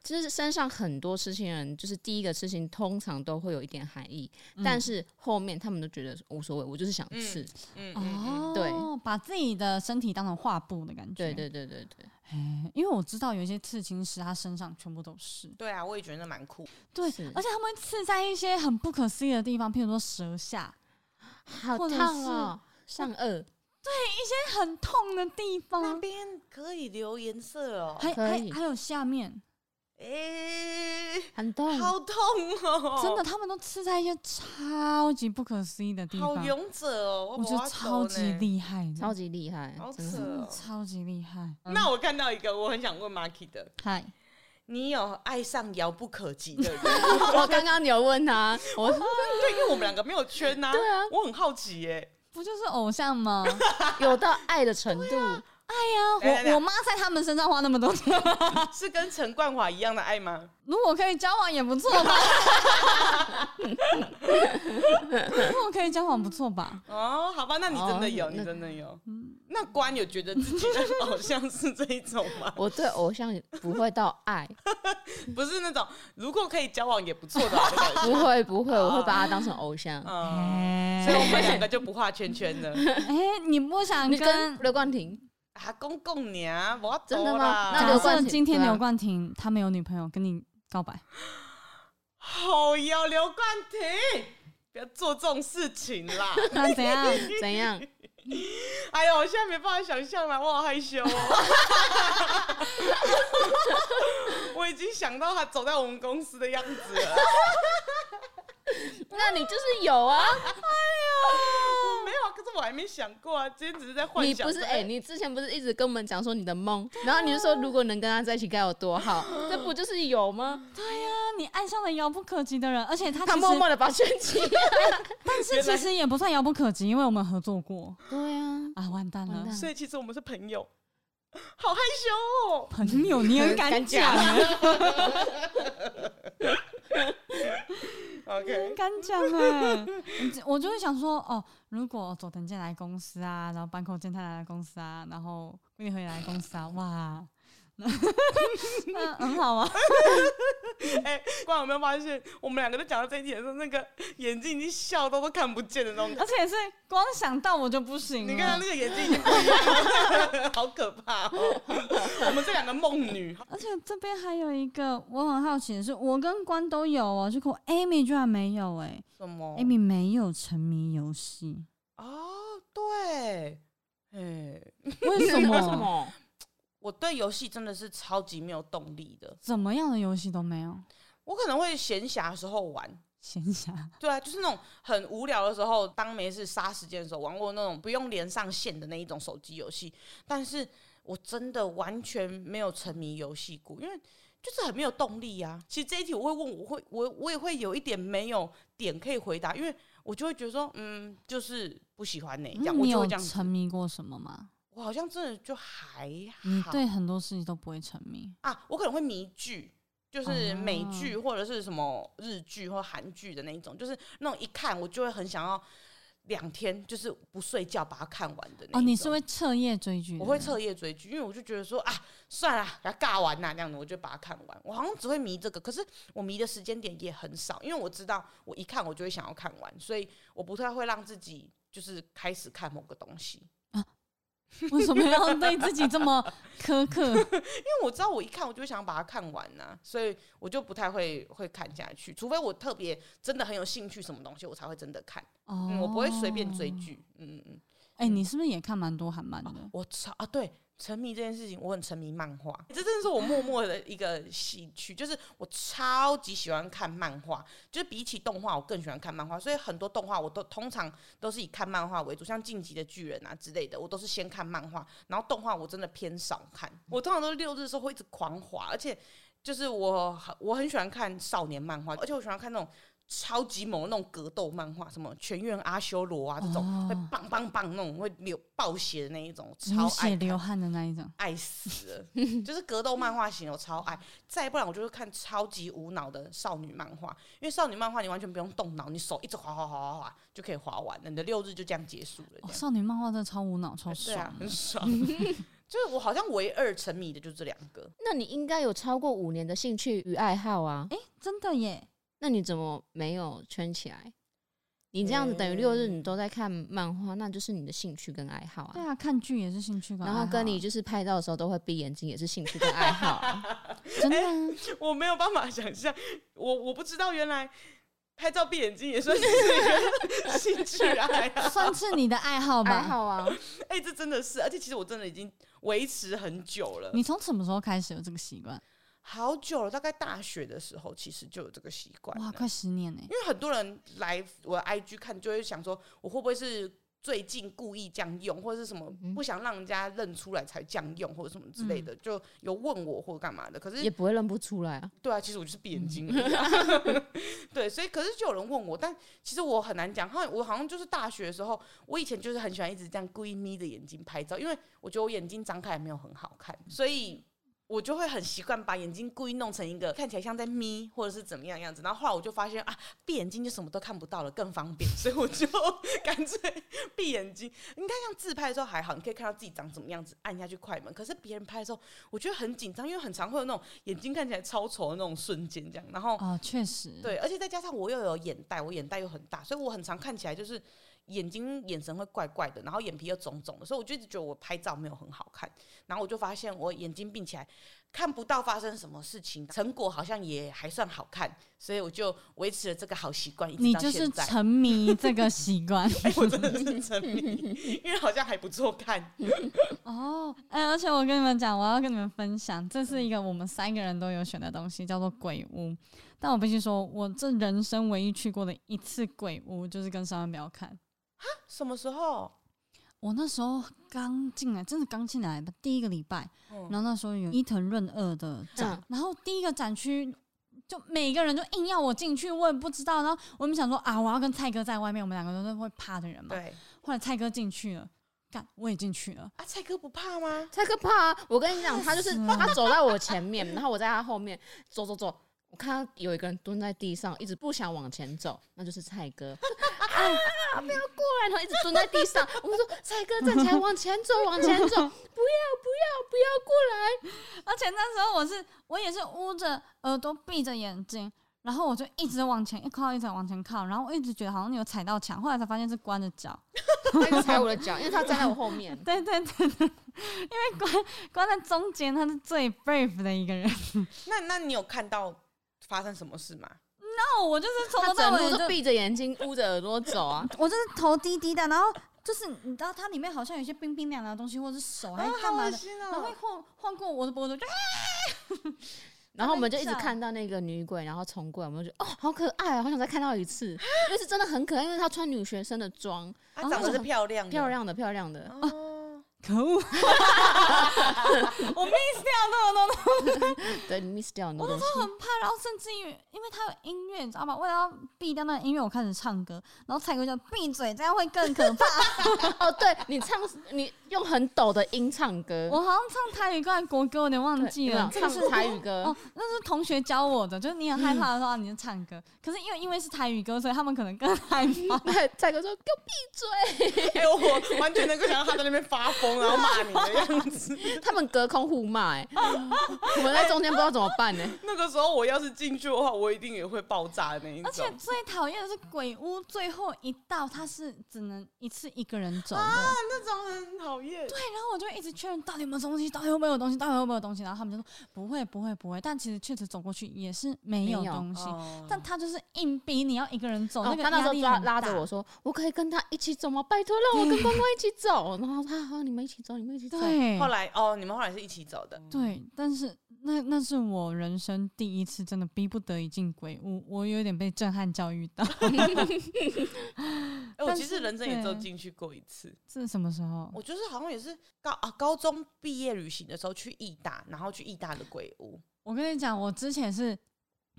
S3: 就是身上很多刺青的人，就是第一个刺青通常都会有一点含义，但是后面他们都觉得无所谓，我就是想刺。
S2: 嗯嗯
S1: 哦，
S3: 对，
S1: 把自己的身体当成画布的感觉。
S3: 对对对对对。
S1: 哎，因为我知道有一些刺青师，他身上全部都是
S2: 嗯，。对啊，我也觉得蛮酷。
S1: 对，而且
S3: 是
S1: 他们会刺在一些很不可思议的地方，譬如说舌下，
S3: 好
S1: 或者
S3: 烫哦，上颚
S1: 哎很痛的地
S2: 那
S1: 方，
S2: 边可以留颜色哦，
S1: 还
S3: 可
S1: 还
S3: 以
S1: 还有下面，
S2: 哎、
S3: 很痛，
S2: 好痛哦，
S1: 真的，他们都刺在一些超级不可思议的地
S2: 好
S1: 方，
S2: 勇者哦，
S1: 我觉得超级
S2: 力。
S1: 厉害的，
S3: 超级厉害，
S2: 好
S3: 真的
S2: 扯
S3: 很。
S1: 真的
S2: 哦
S1: 超级厉害。
S2: 那我看到一个，我很想问 Marky 的，
S1: 嗨，
S2: 你有爱上遥不可及的 人？
S3: 我刚刚有问他， 我
S2: 对，因为我们两个没有圈呐、
S3: 对啊
S2: 我很好奇耶、
S1: 不就是偶像 吗？
S3: 有到爱的程度，
S1: 哎
S2: 等一
S1: 呀，
S2: 下
S1: 我我妈在他们身上花那么多钱，
S2: 啊是跟陈冠华一样的爱吗？
S1: 如果可以交往也不错吧。如果可以交往不错吧？
S2: 哦，好吧，那你真的有，
S3: 哦
S2: 你
S3: 那？
S2: 真的有。那关有觉得自己的偶像是这一种吗
S3: 我对偶像不会到爱，
S2: 不是那种如果可以交往也不错的那种感 觉。
S3: 不会不会，我会把他当成偶像。
S2: 嗯，
S1: 哎、
S2: 所以我们两个就不画圈圈了。
S1: 哎你不想
S3: 你
S1: 跟
S3: 跟？刘冠廷，
S2: 啊，公公娘，我
S3: 真的吗那
S1: 假
S3: 刘
S1: 设
S3: 冠廷
S1: 今天
S3: 对啊
S1: 刘冠廷他没有女朋友，跟你告白，
S2: 好呀，刘冠廷，不要做这种事情啦！
S1: 那怎 样？
S3: 怎样？
S2: 哎呦，我现在没办法想象了，我好害羞哦。 我已经想到他走在我们公司的样子 了。
S3: 那你就是有啊，
S2: 我没有啊，可是我还没想过啊，今天只是在幻
S3: 你
S2: 想。
S3: 不是哎、你之前不是一直跟我们讲说你的梦，然后你就说如果能跟他在一起该有多好，这不就是有吗？
S1: 对呀、你爱上了遥不可及的人，而且他其
S3: 他
S1: 实，
S3: 默默的把圈起。
S1: 但是
S2: 原来
S1: 其实也不算遥不可及，因为我们合作过
S3: 对 啊，
S1: 啊，完蛋了
S3: 完，蛋
S2: 所以其实我们是朋友， 好害羞哦。
S1: 朋友你很敢
S3: 敢
S1: 讲
S3: 讲
S1: 啊，
S2: OK，
S1: 敢讲哎、你这我就会想说，哦，如果佐藤健来公司啊，然后坂口健太来公司啊，然后龟梨和也来公 司啊，哇，那很好啊，
S2: 哎、观众有没有发现，我们两个在讲到这一点的时候，那个眼睛已经笑到都看不见的那种
S1: 而且是光想到我就不
S3: 嗯
S1: 行
S2: 你
S1: 了。
S2: 看他那个眼睛已经不一样了，好 可怕哦！ 我们这两个梦女，
S1: 而且这边还有一个我很好奇的是，我跟关都有哦，结果 Amy 居然没有哎、
S2: 什么
S1: Amy 没有沉迷游 戏，
S2: 哦，对，哎，
S1: 为什么？
S3: 为什么？
S2: 我对游戏真的是超级没有动力的。
S1: 怎么样的游戏都没有？
S2: 我可能会闲暇的时候玩，
S1: 闲暇
S2: 对啊，就是那种很无聊的时候，当没事杀时间的时候玩过那种不用连上线的那一种手机游戏，但是我真的完全没有沉迷游戏过，因为就是很没有动力呀、啊。其实这一题我会问，我会我我也会有一点没有点可以回答，因为我就会觉得说，嗯，就是不喜欢呢、这样、
S1: 嗯
S2: 我
S1: 你
S2: 就
S1: 有
S2: 会这样
S1: 沉
S2: 子。
S1: 迷过什么吗？
S2: 我好像真的就还
S1: 你嗯
S2: 好
S1: 对很多事情都不会沉迷，
S2: 啊，我可能会迷剧。就是美
S1: 哦
S2: 剧或者是什么日剧或韩剧的那一种，就是那种一看我就会很想要两天就是不睡觉把它看完的那一种。
S1: 哦，你是会彻夜追剧的人？
S2: 我会彻夜追剧，因为我就觉得说啊，算了，来尬完呐、这样子，我就把它看完。我好像只会迷这个，可是我迷的时间点也很少，因为我知道我一看我就会想要看完，所以我不太会让自己就是开始看某个东西，因
S1: 为什么要对自己这 么苛刻？
S2: 为我知道我一看我就会想要把它看完呐、所以我就不太会会看下去，除非我特别真的很有兴趣什么东西，我才会真的看。
S1: 哦、
S2: 嗯，我不会随便追。剧。嗯嗯嗯，
S1: 哎、你是不是也看蛮多韩漫的？
S2: 我操啊！对，沉迷这件事情，我很沉迷漫画，这真的是我默默的一个兴趣，就是我超级喜欢看漫画，就是比起动画，我更喜欢看漫画，所以很多动画我都通常都是以看漫画为主，像《晋级的巨人》啊之类的，我都是先看漫画，然后动画我真的偏少看，我通常都是六日的时候会一直狂滑，而且就是我很我很喜欢看少年漫画，而且我喜欢看那种。超级猛的那种格斗漫画，什么《全员阿修罗》啊，这种、
S1: 哦
S2: 会棒棒棒那种会流爆血的那一种，超
S1: 流
S2: 爱
S1: 血
S2: 看
S1: 流汗的那一种。
S2: 爱死了， 就是格斗漫画型我超爱，再不然我就会看超级无脑的少女漫画，因为少女漫画你完全不用动脑，你手一直滑滑滑滑滑就可以滑完了，你的六日就这样结束了，
S1: 哦，
S2: 这样、
S1: 少女漫画真的超无脑、超
S2: 对啊
S1: 爽，的
S2: 很。 爽。就是我好像唯二沉迷的就是这两个，
S3: 那你应该有超过五年的兴趣与爱好啊，
S1: 哎、真的耶！
S3: 那你怎么没有圈起来？你这样子等于六日你都在看漫画，那就是你的兴趣跟爱好
S1: 对
S3: 嗯啊。
S1: 啊，看剧也是兴趣吧。
S3: 然后跟你就是拍照的时候都会闭眼睛，也是兴趣跟爱好啊。
S1: 真的啊、
S2: 我没有办法想象，我我不知道原来拍照闭眼睛也算是一个 兴趣爱好，
S1: 啊算是你的爱 好吧。
S3: 爱好啊，
S2: 哎、这真的是，而且其实我真的已经维持很久了，
S1: 你从什么时候开始有这个习惯？
S2: 好久了，大概大学的时候其实就有这个习惯了。
S1: 哇，快十年呢、
S2: 因为很多人来我的 IG 看，就会想说，我会不会是最近故意这样用，或者是什么
S3: 嗯
S2: 不想让人家认出来才这样用，或者什么之类的，就有问我或者干嘛的。可
S3: 也
S2: 是
S3: 不会认不出来啊。
S2: 对啊，其实我就是闭眼 睛而已啊，对，所以可是就有人问我，但其实我很难讲。好像我好像就是大学的时候，我以前就是很喜欢一直这样故意眯着眼睛拍照，因为我觉得我眼睛张开也没有很好看，所以。我就会很习惯把眼睛故意弄成一个看起来像在眯或者是怎么样样子，然后后来我就发现啊，闭眼睛就什么都看不到了，更方便， 所以我就干脆闭眼睛。应该像自拍的时候还好，你可以看到自己长什么样子，按下去快门。可是别人拍的时候，我觉得很紧张，因为很常会有那种眼睛看起来超丑的那种瞬间，这样。然后
S1: 哦，确实。
S2: 对，而且再加上我又有眼袋，我眼袋又很大，所以我很常看起来就是眼睛眼神会怪怪的，然后眼皮又肿肿的，所以我就一直觉得我拍照没有很好看。然后我就发现我眼睛闭起来看不到发生什么事情，成果好像也还算好看，所以我就维持了这个好习惯，一直
S1: 你
S2: 到
S1: 就是
S2: 现在。
S1: 沉迷这个习惯
S2: 哎， 我真的是沉迷，因为好像还不错看。
S1: 哦。哎，而且我跟你们讲，我要跟你们分享，这是一个我们三个人都有选的东西，叫做鬼屋。但我必须说，我这人生唯一去过的一次鬼屋，就是跟上班表看。
S2: 什么时候？
S1: 我那时候刚进来，真的刚进来第一个礼拜，
S2: 嗯
S1: 然后那时候有伊藤润二的展，
S3: 嗯
S1: 然后第一个展区就每个人就硬要我进去，我也不知道。然后我们想说啊，我要跟蔡哥在外面，我们两个都是会怕的人嘛。
S2: 对
S1: 后来蔡哥进去了，干我也进去了，
S2: 啊，蔡哥不怕吗？
S3: 太可怕、啊！我跟你讲，他就是
S1: 吓死了
S3: 他走在我前面，然后我在他后面走走走，我看到有一个人蹲在地上，一直不想往前走，那就是蔡哥。 啊！不要过来！然后一直蹲在地上。我们说：“蔡哥，站起来，往前走，往前走，不要，不要，不要过来
S1: 而且那时候我是我也是捂着耳朵闭着眼睛。然后我就一直往前一靠，一直往前靠，然后我一直觉得好像有踩到墙，后来才发现是关着脚。！”
S3: 他一直踩我的脚，因为他站在我后面。
S1: 对对对对，因为关关在中间，他是最 brave 的一个人。
S2: 那那你有看到发生什么事吗？
S1: 哦，我就是 从
S3: 他
S1: 头到
S3: 整
S1: 尾
S3: 路
S1: 就
S3: 都闭着眼睛，捂着耳朵 走啊。
S1: 我就是头低低的，然后就是你知道它里面好像有一些冰冰凉凉的东西，或者是手还
S2: 啊
S1: 是，干
S2: 好
S1: 嘛
S2: 恶
S1: 的，
S2: 心
S1: 然后会
S2: 哦！
S1: 晃晃过我的脖子，就
S3: 然后我们就一直看到那个女鬼，然后重鬼，我们就觉得哦，好可爱啊，好想再看到一次， 因为是真的很可爱，因为她穿女学生的装，
S2: 啊，长得是漂亮，
S3: 漂。亮的漂亮的。
S2: 哦，
S1: 可恶，我 miss 掉那种东西，
S3: 对你 miss 掉很多
S1: 我
S3: 东
S1: 那
S3: 西
S1: 时。候很怕，然后甚至于因为它有音乐，你知道吗？为了要避掉那个音乐，我开始唱歌，然后蔡哥就闭嘴，这样会更可怕。
S3: 哦，对你唱，你用很抖的音唱歌，
S1: 我好像唱台语歌还是国歌，我有点忘
S3: 对
S1: 记
S3: 有没
S1: 了
S3: 有。唱台语歌
S1: 哦，，那是同学教我的，就是你很害怕的时候，你就唱歌。可是因为因为是台语歌，所以他们可能更害怕。
S3: 对，蔡哥说给我闭 嘴，
S2: 哎，我完全能够想到他在那边发疯，然后骂你的样子。
S3: 他们隔空互骂， 哎，
S1: 哦
S3: 我们在中间不知道怎么办呢。
S2: 那个时候我要是进去的话，我一定也会爆炸的那一
S1: 而且
S2: 种。
S1: 最讨厌的是鬼屋最后一道，它是只能一次一个人走的。
S2: 那种很讨
S1: 啊
S2: 厌。
S1: 对，然后我就一直确认到底有没有东西，到底有没有东西，到底有没有东西。然后他们就说不会，不会，不会。但其实确实走过去也是没有
S3: 没有
S1: 东西。
S2: 哦
S1: 但他就是硬逼你要一个人走，
S3: 嗯
S1: 那
S3: 哦
S1: 个
S3: 他那时
S1: 压
S3: 候
S1: 力
S3: 抓
S1: 很
S3: 拉着
S1: 大
S3: 我。说，我可以跟他一起走吗？拜托，让我跟光光一起走。然后他说，你们一起走，你们一起走。
S1: 对
S2: 后，来哦，你们后来是一起走的。
S1: 对，但是那那是我人生第一次真的逼不得已进鬼屋，我有点被震撼教育到。
S2: 哎，我
S1: 但
S2: 其实
S1: 是
S2: 人生也只有
S1: 对
S2: 进去过一次。
S1: 这是什么时候？
S2: 我就是好像也是高啊高中毕业旅行的时候去义大，然后去义大的鬼屋。
S1: 我跟你讲，我之前是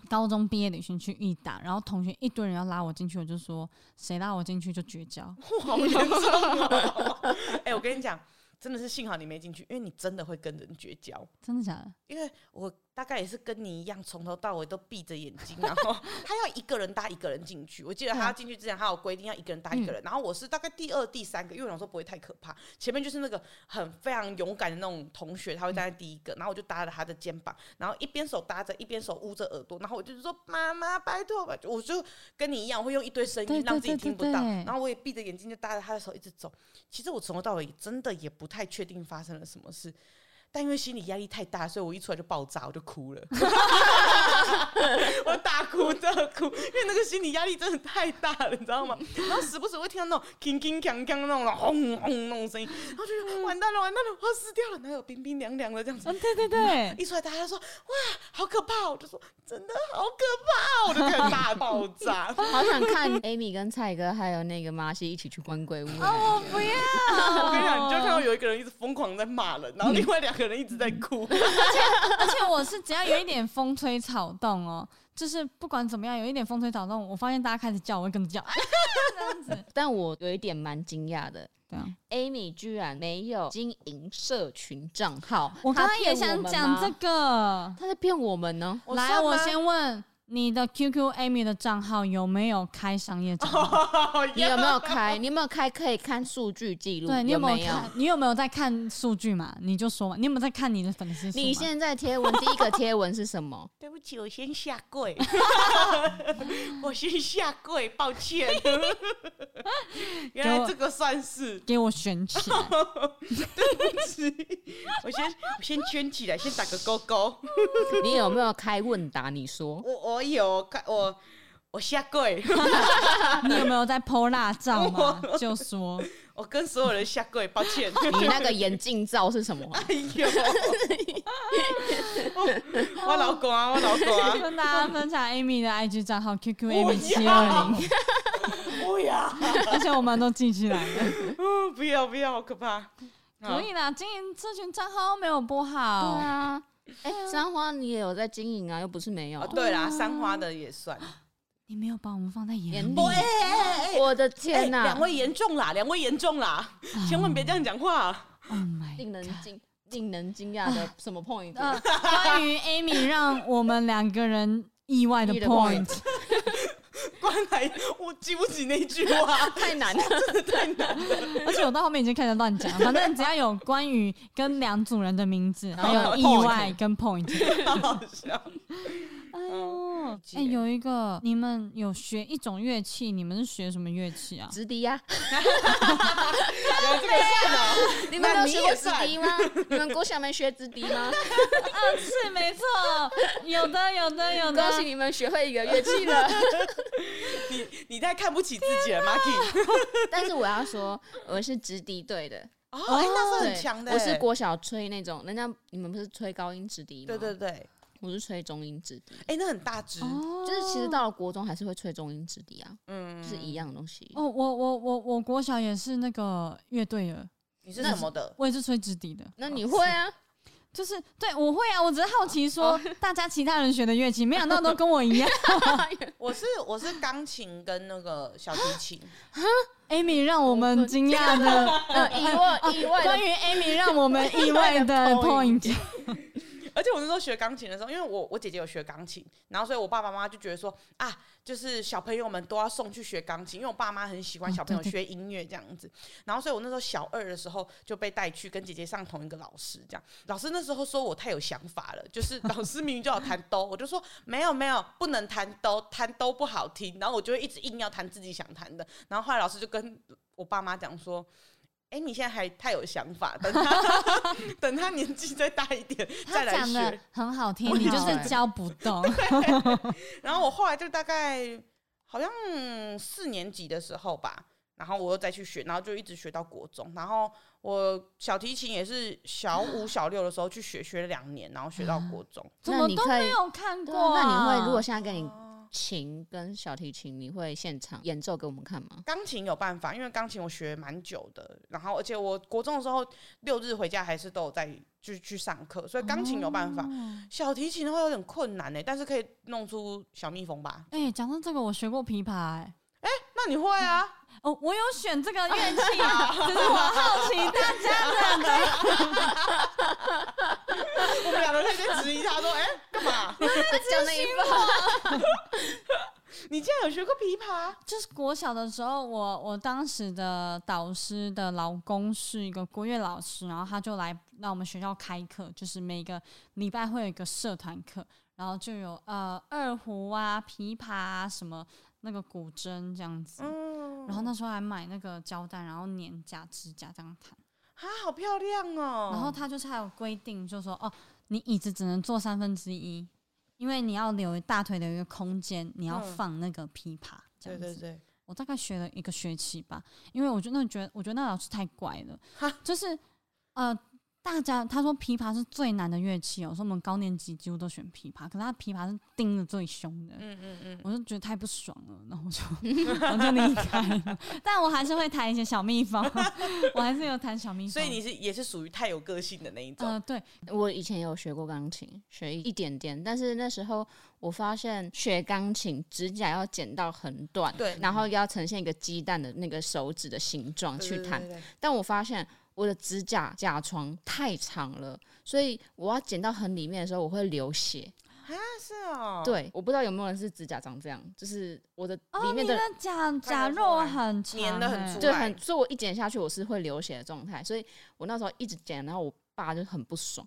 S1: 高中毕业旅行去义大，然后同学一堆人要拉我进去，我就说谁拉我进去就绝交。
S2: 哇，好严重哦！ 哎、我跟你讲，真的是幸好你没进去，因为你真的会跟人绝交。
S1: 真的假 的？
S2: 因为我大概也是跟你一样，从头到尾都闭着眼睛，然后他要一个人搭一个人进去。我记得
S1: 嗯
S2: 他要进去之前，他有规定要一个人搭一个人。然后我是大概第二、第三个，因为我想说不会太可怕。前面就是那个很非常勇敢的那种同学，他会站在第一个，然后我就搭着他的肩膀，然后一边手搭着，一边手捂着耳朵，然后我就是说妈妈，拜托吧，我就跟你一样，我会用一堆声
S1: 对
S2: 音
S1: 对
S2: 让自己
S1: 对
S2: 听
S1: 对
S2: 不到。
S1: 对
S2: 然后我也闭着眼睛就搭着他的手一直走。其实我从头到尾真的也不太确定发生了什么事，但因为心理压力太大，所以我一出来就爆炸，我就哭了， 我大哭特哭，因为那个心理压力真的太大了，你知 道吗？然后时不时会听到那种铿铿锵锵那种轰轰那种声音，然后就觉得完蛋了完蛋了，我要死掉了，哪有冰冰凉凉的这样子
S1: 嗯，？对对对，
S2: 一出来，大家说哇，好可怕！哦我就说真的好可怕，我就开始大爆 炸。
S3: 好想看 Amy 跟蔡哥还有那个马西一起去关鬼屋欸。
S1: 哦，我不要！
S2: 我跟你讲，你就看到有一个人一直疯狂在骂人，
S3: 嗯
S2: 然后另外两个人一直在 哭。
S1: 而且我是只要有一点风吹草动哦，就是不管怎么样，有一点风吹草动，我发现大家开始叫，我会跟着叫， 这样子。
S3: 但我有一点蛮惊讶的。
S1: 对啊，
S3: Amy 居然没有经营社群账号，
S1: 我刚刚也
S3: 她骗
S1: 想
S3: 们
S1: 讲
S3: 吗
S1: 这，个。
S3: 他在骗我们呢。
S1: 来，
S2: 算吗
S1: 我先问你的 QQ Amy 的账号有没有开商业账号？
S3: 哦你有没有开？你有没有开可以看数据记录？
S1: 对你有没
S3: 没
S1: 有
S3: 有？
S1: 看？你有没有在看数据嘛？你就说嘛，你有没有在看你的粉丝数嘛？
S3: 你现在贴文第一个贴文是什 么？
S2: 对不起，我先下跪， 我先下跪，抱 歉。原来这个算是，
S1: 给我选起来。
S2: 我先我先圈起来，先打个勾勾。
S3: 你有没有开问答？你说
S2: 我我有看我我下 跪，
S1: 你有没有在 PO 辣照嘛？就说
S2: 我跟所有人下跪，抱 歉。
S3: 你那个眼镜罩是什么？
S2: 哎 呦，我老公啊，我老公啊，
S1: 跟大家分享 Amy 的 IG 账号 QQ
S2: 不
S1: Amy 七二零，
S2: 要， 不要，
S1: 而且我们都记起来了。
S2: 嗯 不要不要，好可怕。
S1: 可以啦，经营这群账号没有不
S3: 对
S1: 好。
S3: 啊，哎，三花你也有在经营啊，又不是没
S2: 哦，
S3: 有。
S2: 对啦，三花的也算。
S1: 你没有把我们放在眼
S3: 眼
S1: 里 Oh
S3: 里，
S2: 哎哎哎，
S3: 我的
S2: 哎
S3: 天哪！
S2: 两位严重啦，两位严重
S1: 啊
S2: 啦，千万别这样讲话。
S1: Oh my
S3: 令人惊令人惊讶的什么 point？
S1: 呃，关于 Amy 让我们两个人意外的
S3: 意的
S1: point，
S2: 关来，我记不起那句 话。
S3: 太难了，
S1: 而且我到后面已经开始乱讲，反正只要有关于跟两组人的名字，还有意外跟 point，
S2: 好好笑。哦
S1: 哎呦，
S2: 解
S1: 哎，有一个，你们有学一种乐器，你们是学什么乐器啊？
S3: 直笛 呀！
S2: 原来这个算哦，
S3: 你们没有学过
S2: 也
S3: 直
S2: 算
S3: 笛吗？你们国小 没学直笛吗？
S1: 啊，是没错，有的，有的，有
S3: 恭喜你们学会一个乐器了。
S2: 你你太看不起自己了，Marky。
S3: 但是我要说，我是直笛队的，
S2: 哦， 哎那是
S3: 对
S2: 很强的欸。
S3: 我是国小吹那种，人家你们不是吹高音直笛吗？
S2: 对对，对，
S3: 我是吹中音直笛。
S2: 哎，那很大只。
S1: 哦
S3: 就是其实到了国中还是会吹中音直笛啊，
S2: 嗯
S3: 就是一样的东西。
S1: 哦，我我我我国小也是那个乐队的，
S2: 你是什么的？
S1: 我也是吹直笛的，
S3: 那你会啊？
S1: 就是对我会啊，我只是好奇说大家其他人学的乐器，没想到都跟我一 样。
S3: 哦
S2: 我是我是钢琴跟那个小提琴。
S1: Amy 让我们惊讶的，呃
S3: 那意外意外
S1: 关
S3: 的
S1: 于 Amy 让我们意外的 point，
S2: 而且我那时候学钢琴的时候，因为我我姐姐有学钢琴，然后所以我爸爸妈妈就觉得说啊，就是小朋友们都要送去学钢琴，因为我爸妈很喜欢
S1: 哦
S2: 小朋友
S1: 对
S2: 学音乐这样子。然后所以我那时候小二的时候就被带去跟姐姐上同一个老师，这样老师那时候说我太有想法了，就是老师明明就要弹兜，我就说没有没有，不能弹兜，弹兜不好听。然后我就会一直硬要弹自己想弹的。然后后来老师就跟我爸妈讲说。哎、你现在还太有想法，等他 等他年纪再大一点 再
S1: 他
S2: 来
S1: 讲
S2: 学。
S1: 的很好听，你就是教不 动。
S2: 然后我后来就大概好像四年级的时候吧，然后我又再去学，然后就一直学到国中。然后我小提琴也是小五、小六的时候去学，学了两年，然后学到国中。
S1: 怎么都没有看
S3: 对
S1: 过、
S3: 啊那
S1: 啊。
S3: 你会如果现在给你
S2: 哦
S3: 琴跟小提琴，你会现场演奏给我们看 吗？
S2: 钢琴有办法，因为钢琴我学蛮久的，然后而且我国中的时候六日回家还是都有在就去上课，所以钢琴有办法。
S1: 哦
S2: 小提琴的话有点困难呢、欸但是可以弄出小蜜蜂吧？
S1: 哎、讲到这个，我学过琵琶、哎，
S2: 那你会啊？
S1: 哦，我有选这个乐 器啊，只是我好奇大家的。
S2: 我们两个人在质疑他说：“哎、干嘛？
S3: 叫那一副
S2: 你竟然有学过琵琶？
S1: 就是国小的时候，我我当时的导师的老公是一个国乐老师，然后他就来让我们学校开课，就是每个礼拜会有一个社团课，然后就有呃二胡啊、琵琶啊、什么那个古筝这样子。
S2: 嗯
S1: 然后那时候还买那个胶带，然后粘假指甲这样弹。
S2: 啊，好漂亮哦！
S1: 然后他就是还有规定，就说哦，你椅子只能坐三分之一，因为你要留大腿的一个空间，你要
S2: 嗯
S1: 放那个琵琶。这
S2: 对
S1: 样子。
S2: 对对，
S1: 我大概学了一个学期吧，因为我真的觉得，我觉得那老师太怪了
S2: 哈，
S1: 就是呃，大家他说琵琶是最难的乐器哦，我说我们高年级几乎都选琵琶，可是他琵琶是盯的最凶的，
S2: 嗯嗯嗯，
S1: 我就觉得太不爽了，然后我就我就离开了， 但我还是会弹一些小蜜蜂，我还是有弹小蜜蜂，
S2: 所以你是也是属于太有个性的那一
S3: 嗯
S2: 种，
S1: 呃对，
S3: 我以前有学过钢琴，学一点点，但是那时候我发现学钢琴指甲要剪到很短，
S2: 对
S3: 然后要呈现一个鸡蛋的那个手指的形状
S2: 对
S3: 去
S2: 对
S3: 弹
S2: 对。对
S3: 但我发现我的指甲甲床太长了，所以我要剪到很里面的时候，我会流血。
S2: 啊，是哦，，
S3: 对，我不知道有没有人是指甲长这样，就是我的
S1: 哦，
S3: 里
S1: 你
S3: 面
S1: 的
S3: 的
S1: 甲甲
S2: 看得出
S1: 肉
S2: 来
S1: 很长、欸，
S2: 啊粘得很粗
S3: 对，
S2: 来
S3: 很，所以我一剪下去我是会流血的状态，所以我那时候一直剪，然后我爸就很不爽，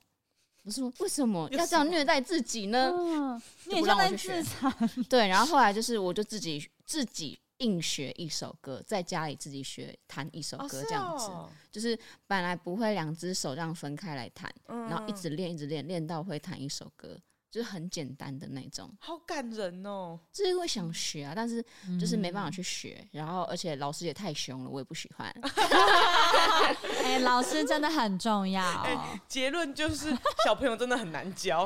S3: 我说为什么要这样虐待自己呢？
S1: 嗯，你也
S3: 不
S1: 像
S3: 让我
S1: 在
S3: 去
S1: 自
S3: 学
S1: 残，
S3: 对，然后后来就是我就自己自己硬学一首歌，在家里自己学弹一首
S2: 哦，
S3: 歌
S2: 是
S3: 这样子，
S2: 哦，
S3: 就是本来不会两只手这样分开来弹，
S2: 嗯
S3: 然后一直练一直练，练到会弹一首歌，就是很简单的那种，
S2: 好感人哦，
S3: 就是会想学啊，但是就是没办法去学，然后而且老师也太凶了，我也不喜 欢。
S1: 嗯。哎、老师真的很重要，
S2: 结论 就是小朋友真的很难教，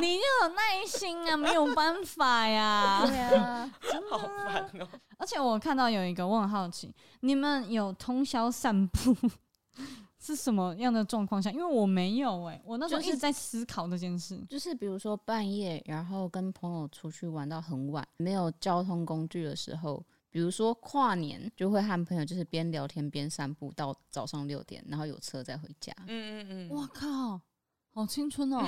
S1: 你要有耐心啊，没有办法呀、
S3: 啊，
S2: 好烦哦。
S1: 而且我看到有一个，我很好奇，你们有通宵散步 是什么样的状况下？因为我没有哎、我那时候
S3: 就
S1: 一
S3: 一嗯
S1: 直在思考这件事。
S3: 就是比如说半夜，然后跟朋友出去玩到很晚，没有交通工具的时候，比如说跨年，就会和朋友就是边聊天边散步到早上六点，然后有车再回家。
S2: 嗯嗯嗯，
S1: 我靠，好青春 哦！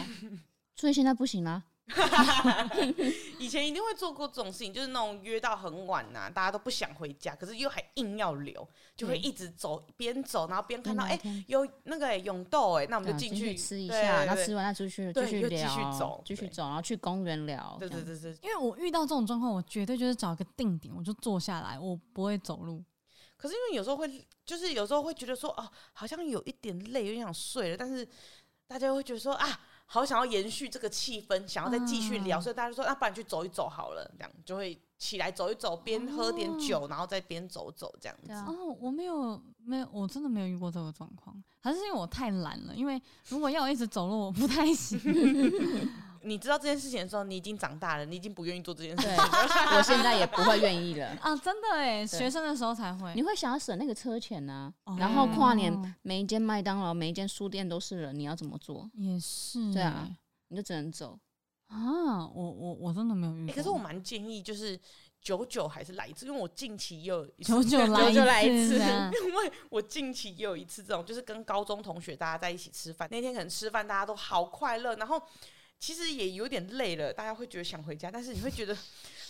S3: 所以现在不行啦，
S2: 以前一定会做过这种事情，就是那种约到很晚呐、大家都不想回家，可是又还硬要留，就会
S3: 对
S2: 一直走，边走然后边看到，
S3: 边
S2: 哎、
S3: 聊天
S2: 有那个、哎永豆、哎，那我们
S3: 对
S2: 就
S3: 啊
S2: 进
S3: 去
S2: 去
S3: 吃一
S2: 对
S3: 下，
S2: 对
S3: 然后
S2: 对
S3: 吃完再出去
S2: 对
S3: 继续
S2: 又继续
S3: 聊
S2: 走
S3: 继续
S2: 对
S3: 走，然后去公园聊。
S2: 对
S3: 这
S2: 对
S3: 样
S2: 对对。对
S1: 因为我遇到这种状况，我绝对就是找一个定点，我就坐下来，我不会走路。
S2: 可是因为有时候会，就是有时候会觉得说，哦，好像有一点累，有点想睡了，但是大家会觉得说啊。好想要延续这个气氛，想要再继续聊，
S1: 嗯
S2: 所以大家就说，啊那不然去走一走好了，这样就会起来走一走，边喝
S1: 嗯
S2: 点酒，然后再边走走这样子
S3: 对。啊
S1: 哦，我没有，没有，我真的没有遇过这个状况，还是因为我太懒了。因为如果要我一直走路，我不太 行。
S2: 你知道这件事情的时候，你已经长大了，你已经不愿意做这件事
S3: 对
S2: 情。，
S3: 我现在也不会愿意了。
S1: 啊，真的哎，
S3: 对
S1: 学生的时候才会
S3: 你。会想要省那个车钱呢、
S1: 哦
S3: 然后跨年
S1: 嗯
S3: 每一间麦当劳、每一间书店都是人，你要怎么做？
S1: 也是，
S3: 对啊，你就只能走。
S1: 啊，我我我真的没有遇过。
S2: 欸可是我蛮建议，就是久久还是来一次，因为我近期也有一次
S1: 久 久来
S3: 久久来
S1: 一啊
S3: 一次
S1: 这样
S2: 因为我近期也有一次这种，就是跟高中同学大家在一起吃饭，那天可能吃饭大家都好快乐，然后其实也有点累了，大家会觉得想回家，但是你会觉得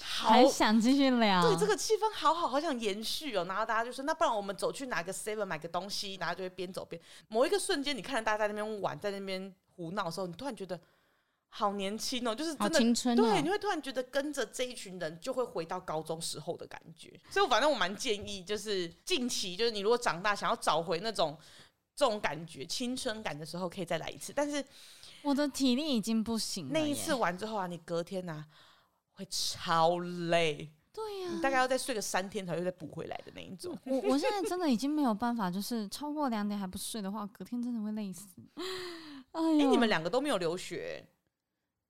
S2: 好。
S1: 还想继续聊。
S2: 对这个气氛好好，好想延续哦。然后大家就说，那不然我们走去哪个 Seven 买个东西，然后就会边走边某一个瞬间，你看着大家在那边玩，在那边胡闹的时候，你突然觉得好年轻哦，就是
S3: 好
S2: 真的
S3: 青春
S2: 对，
S3: 哦
S2: 你！会突然觉得跟着这一群人，就会回到高中时候的感觉。所以，反正我蛮建议，就是近期，就是你如果长大想要找回那种这种感觉、青春感的时候，可以再来一次。但是
S1: 我的体力已经不行了
S2: 那一
S1: 耶
S2: 次，完之后啊，你隔天啊会超累，嗯
S1: 对呀、
S2: 你大概要再睡个三天才会再补回来的那一种。
S1: 我我现在真的已经没有办法，就是超过两点还不睡的话，隔天真的会累死。哎
S2: 哎、
S1: 呦，
S2: 你们两个都没有留学，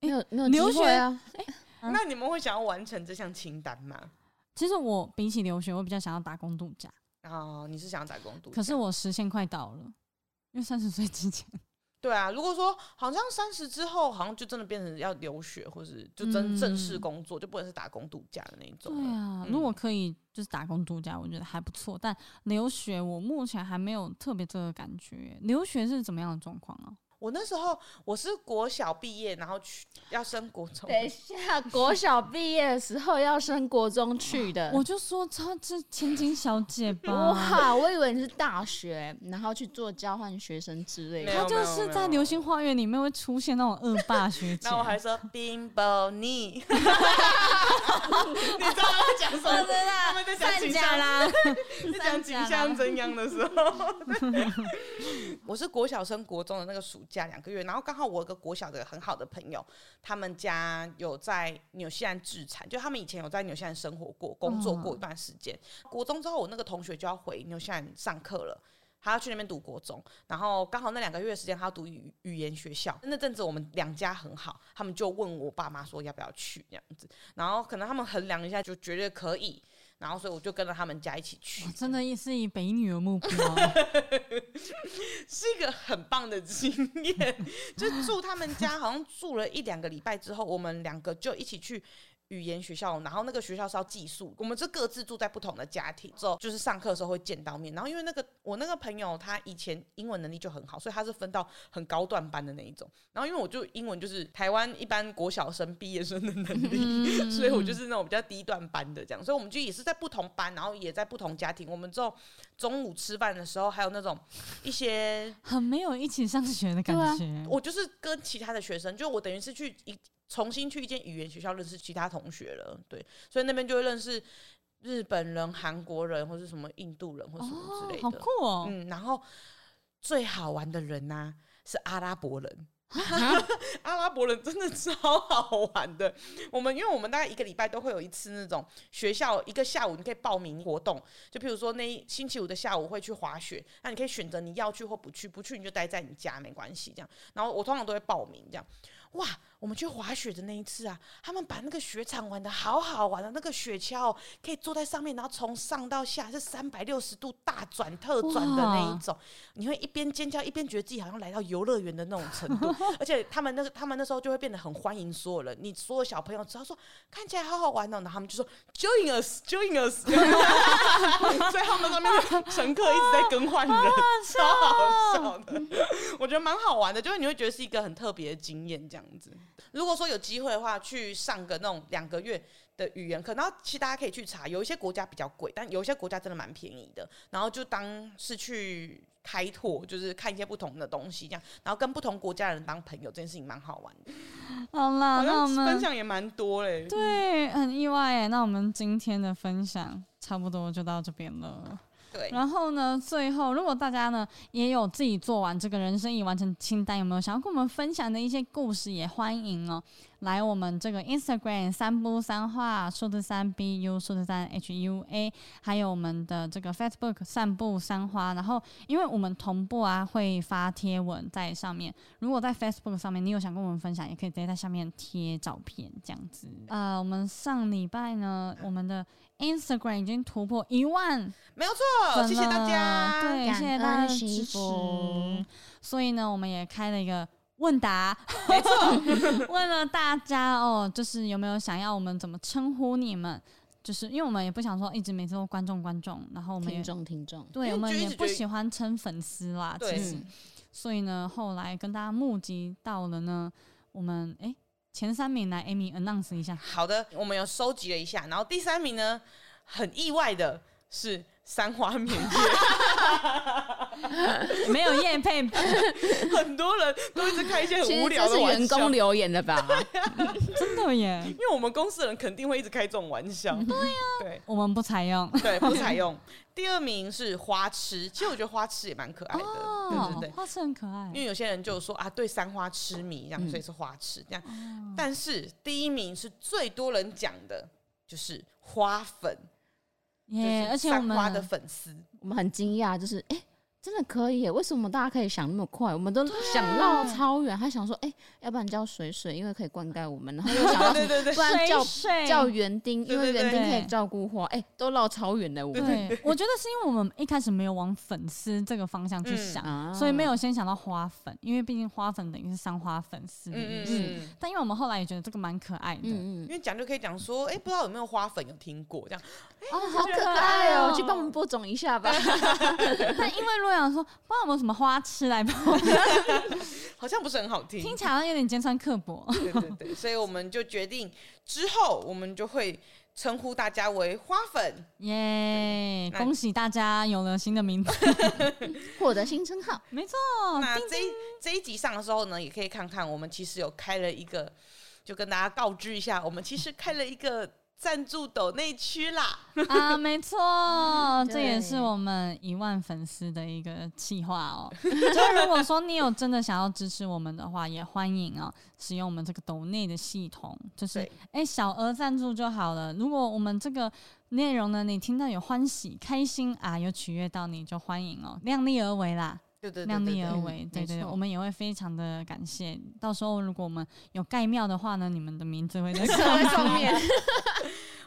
S3: 没有没有
S1: 留
S3: 机会啊！
S1: 啊
S2: 那你们会想要完成这项清单吗？
S1: 其实我比起留学，我比较想要打工度假，
S2: 哦，你是想要打工度假？
S1: 可是我时限快到了，因为三十岁之前，
S2: 对啊，如果说好像三十之后，好像就真的变成要留学，或是就真
S1: 嗯
S2: 正式工作，就不能是打工度假的那一
S1: 对
S2: 种了。
S1: 啊，
S2: 嗯
S1: 如果可以就是打工度假，我觉得还不错。但留学我目前还没有特别这个感觉，留学是怎么样的状况啊？
S2: 我那时候我是国小毕业，然后去要升国中，
S3: 等一下，国小毕业的时候要升国中去
S2: 呃
S3: 的。
S1: 我就说她是千金小 姐吧，
S3: 哇，我以为你是大学，然后去做交换学生之类
S2: 没有
S3: 的。
S1: 她就是在《流星花园》里面会出现那种恶霸 学姐
S2: 然。后我还说 bimbo 你，你知道他在 讲什么？
S3: 啊
S2: 他们在讲景象
S1: 啦，
S2: 在讲景象
S1: 真
S2: 怎样的时候， 我是国小升国中的那个暑假两个月，然后刚好我有个国小的很好的朋友，他们家有在纽西兰置产，就他们以前有在纽西兰生活过、工作过一段时间。国中之后，我那个同学就要回纽西兰上课了。他要去那边读国中，然后刚好那两个月的时间，他要读语语言学校。那阵子我们两家很好，他们就问我爸妈说要不要去这样子，然后可能他们衡量一下就觉得可以，然后所以我就跟着他们家一起去。
S1: 哦真的是以北女的目 标，
S2: 是一个很棒的经验。就住他们家，好像住了一两个礼拜之后，我们两个就一起去语言学校，然后那个学校是要寄宿，我们就各自住在不同的家庭，之后就是上课的时候会见到面。然后因为那个我那个朋友他以前英文能力就很好，所以他是分到很高段班的那一种。然后因为我就英文就是台湾一般国小生毕业生的能力，
S1: 嗯
S2: 所以我就是那种比较低段班的这样，所以我们就也是在不同班，然后也在不同家庭。我们之后中午吃饭的时候，还有那种一些，
S1: 很没有一起上学的感觉。
S2: 啊我就是跟其他的学生，就我等于是去一重新去一间语言学校认识其他同学了，对，所以那边就会认识日本人、韩国人或是什么印度人或什么之类
S1: 好
S2: 的，
S1: 酷哦！
S2: 嗯，然后最好玩的人呐、是阿拉伯人。阿拉伯人真的超好玩的。我们因为我们大概一个礼拜都会有一次那种学校一个下午，你可以报名活动。就譬如说那一星期五的下午会去滑雪，那你可以选择你要去或不去，不去你就待在你家没关系这样。然后我通常都会报名这样。哇，我们去滑雪的那一次啊，他们把那个雪场玩的好好玩的，那个雪橇哦可以坐在上面，然后从上到下是三百六十度大转特转的那
S1: 哇
S2: 一种，你会一边尖叫一边觉得自己好像来到游乐园的那种程度，而且他们那个他们那时候就会变得很欢迎所有人，你所有小朋友只要说看起来好好玩哦，然后他们就说 join us join us，所 以他们那边的乘客一直在更换 人，超好啊笑的，我觉得蛮好玩的，就是你会觉得是一个很特别的经验这样子。如果说有机会的话，去上个那种两个月的语言课，然后其实大家可以去查，有一些国家比较贵，但有一些国家真的蛮便宜的。然后就当是去开拓，就是看一些不同的东西，这样，然后跟不同国家的人当朋友，这件事情蛮好玩的。
S1: 好啦，
S2: 好
S1: 那我
S2: 像分
S1: 们
S2: 享也蛮 多嘞。
S1: 对很意外耶。那我们今天的分享差不多就到这边了。
S2: 对，
S1: 然后呢，最后如果大家呢也有自己做完这个人生已完成清单，有没有想要跟我们分享的一些故事，也欢迎哦来我们这个 Instagram 三不三话数字三 B U 数字三 H U A，还有我们的这个 Facebook 散步三花。然后因为我们同步啊会发贴文在上面，如果在 Facebook 上面你有想跟我们分享，也可以直接在下面贴照片这样子。嗯呃，我们上礼拜呢，我们的 Instagram 已经突破一万。
S2: 没有错，谢谢大家。
S1: 对，谢谢大家
S3: 感
S1: 的
S3: 恩
S1: 支
S3: 惜
S1: 持
S3: 福。
S1: 所以呢，我们也开了一个问答，没错， 问了大家哦，就是有没有想要我们怎么称呼你们？就是因为我们也不想说一直每次都观众观众，然后我们也
S3: 听众听众，嗯
S1: 对
S2: 因为
S1: 我们
S2: 就一
S1: 也
S2: 直
S1: 不
S2: 觉得
S1: 喜欢称粉丝啦，
S2: 对
S1: 其实，所以呢，后来跟大家募集到了呢，我们诶前三名来 Amy announce 一下，
S2: 好的，我们有收集了一下，然后第三名呢，很意外的是三花棉叶，
S1: 没有叶配，真
S2: 很多人都一直开一些
S3: 其
S2: 很无
S3: 实
S2: 聊
S3: 这
S2: 的
S3: 是
S2: 玩
S3: 员
S2: 笑
S3: 工。留言的吧？
S1: 的耶，
S2: 因为我们公司的人肯定会一直开这种玩笑，对呀、 对
S1: 我们不采用。
S2: 对，不采用。第二名是花痴，其实我觉得花痴也蛮可爱的，
S1: 哦，
S2: 对对对。
S1: 花是很可爱
S2: 因，为有些人就说啊，对三花痴迷，这样所以是花痴这样。
S1: 哦
S2: 但是第一名是最多人讲的，就是花粉，就
S1: 耶、而
S2: 是
S1: 且我
S2: 三
S1: 们
S2: 花的粉丝。
S3: 我们很惊讶，就是哎、诶真的可以耶？为什么大家可以想那么快？我们都想绕超远，还想说哎、诶要不然叫水水，因为可以灌溉我们，然后又 想到
S2: 对 对对，
S3: 不然叫
S1: 水
S3: 叫园丁，
S2: 对
S3: 因为
S2: 对
S3: 园丁
S1: 对
S3: 可以照顾花，哎、都绕超远了我们
S1: 对，我觉得是因为我们一开始没有往粉丝这个方向去
S2: 嗯
S1: 想，
S3: 啊
S1: 所以没有先想到花粉，因为毕竟花粉等于是三花粉丝的意
S2: 嗯嗯
S1: 思。
S2: 嗯。
S1: 但因为我们后来也觉得这个蛮可爱的，
S3: 嗯嗯
S2: 因，为讲就可以讲说，哎、不知道有没有花粉有听过这样？
S1: 哦，
S3: 好可爱哦、去帮我们播种一下吧。
S1: 但因为洛阳说，不知道有没有什么花痴来帮我们，
S2: 好像不是很好听。
S1: 听起来好像有点尖酸刻薄。
S2: 对对对，所以我们就决定之后，我们就会称呼大家为花粉。
S1: 耶、
S2: 那
S1: 恭喜大家有了新的名字，
S3: 获得新称号，
S1: 没错，
S2: 那
S1: 哦叮
S2: 这一这一集上的时候呢，也可以看看我们其实有开了一个，就跟大家告知一下，我们其实开了一个赞助抖内区啦。
S1: 啊，没 错，
S3: 对
S1: 这也是我们一万粉丝的一个计划哦。 就是如果说你有真的想要支持我们的话，也欢迎哦使用我们这个抖内的系统，就是
S2: 对
S1: 哎、小额赞助就好了。如果我们这个内容呢，你听到有欢喜、开心啊，有取悦到你，就欢迎哦，量力而为啦。
S2: 对对对
S1: 量
S2: 对
S1: 力
S2: 对
S1: 而
S3: 嗯
S1: 为，对对
S3: 没
S1: 对，
S3: 错
S1: 我们也会非常的感谢。到时候如果我们有盖庙的话呢，你们的名字会在
S3: 在上面。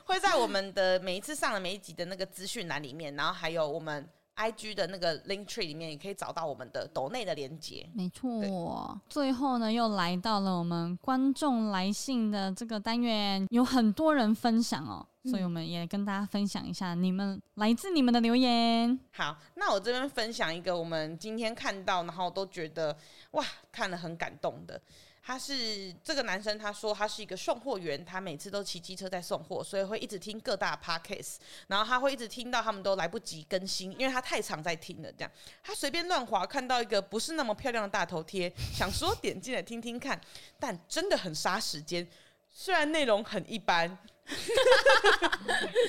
S2: 会在我们的每一次上的每一集的那个资讯栏里面，然后还有我们 IG 的那个 Link Tree 里面，也可以找到我们的抖内的连接。
S1: 没错，最后呢，又来到了我们观众来信的这个单元，有很多人分享哦，
S2: 嗯
S1: 所以我们也跟大家分享一下你们来自你们的留 言。
S2: 好，那我这边分享一个我们今天看到，然后都觉得哇，看了很感动的。他是这个男生，他说他是一个送货员，他每次都骑机车在送货，所以会一直听各大 podcast，然后他会一直听到他们都来不及更新，因为他太常在听了。这样，他随便乱划看到一个不是那么漂亮的大头贴，想说点进来听听看，但真的很杀时间，虽然内容很一般，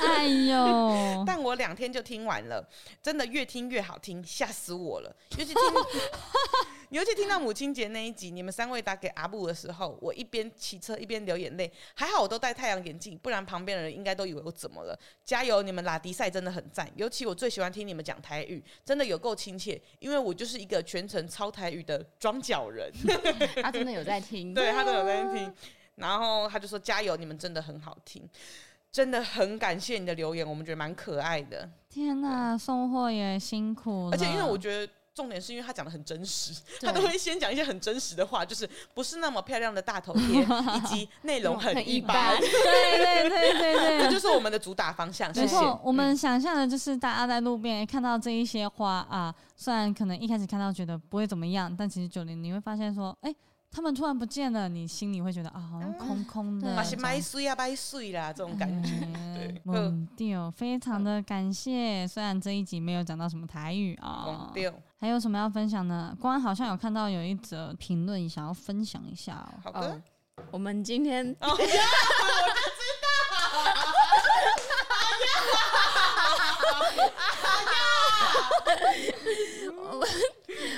S1: 哎呦，
S2: 但我两天就听完了，真的越听越好听，吓死我了！尤其听，尤其听到母亲节那一集，你们三位打给阿布的时候，我一边骑车一边流眼泪。还好我都戴太阳眼镜，不然旁边的人应该都以为我怎么了。加油，你们拉迪赛真的很赞，尤其我最喜欢听你们讲台语，真的有够亲切，因为我就是一个全程操台语的装脚人。
S3: 他真的有在听，
S2: 对他都有在听。然后他就说：“加油，你们真的很好听，真的很感谢你的留言，我们觉得蛮可爱的。”
S1: 天哪，送货也辛苦了，
S2: 而且因为我觉得。重点是因为他讲的很真 实，
S3: 嗯对
S2: 他都会先讲一些很真实的话，就是不是那么漂亮的大头贴，以及内 容很一般，
S1: 对对对对对，
S2: 这就是我们的主打方 向。
S1: 没
S2: 啊谢谢。嗯
S1: 错，我们想象的就是大家在路边看到这一些花啊，虽然可能一开始看到觉得不会怎么样，但其实久了你会发现说，哎、他们突然不见了，你心里会觉得啊，好像空空的。
S3: 对
S2: 嘛是
S1: 这样
S2: 嗯买水啊，买水啦，这种感觉。 对
S1: 嗯，掉，非常的感谢。虽然这一集没有讲到什么台语啊
S3: 哦
S2: 嗯，对，
S1: 还有什么要分享呢？光好像有看到有一则评论想要分享一下哦。
S2: 好
S3: 哦
S2: 的。，
S3: 我们今天
S2: 哦，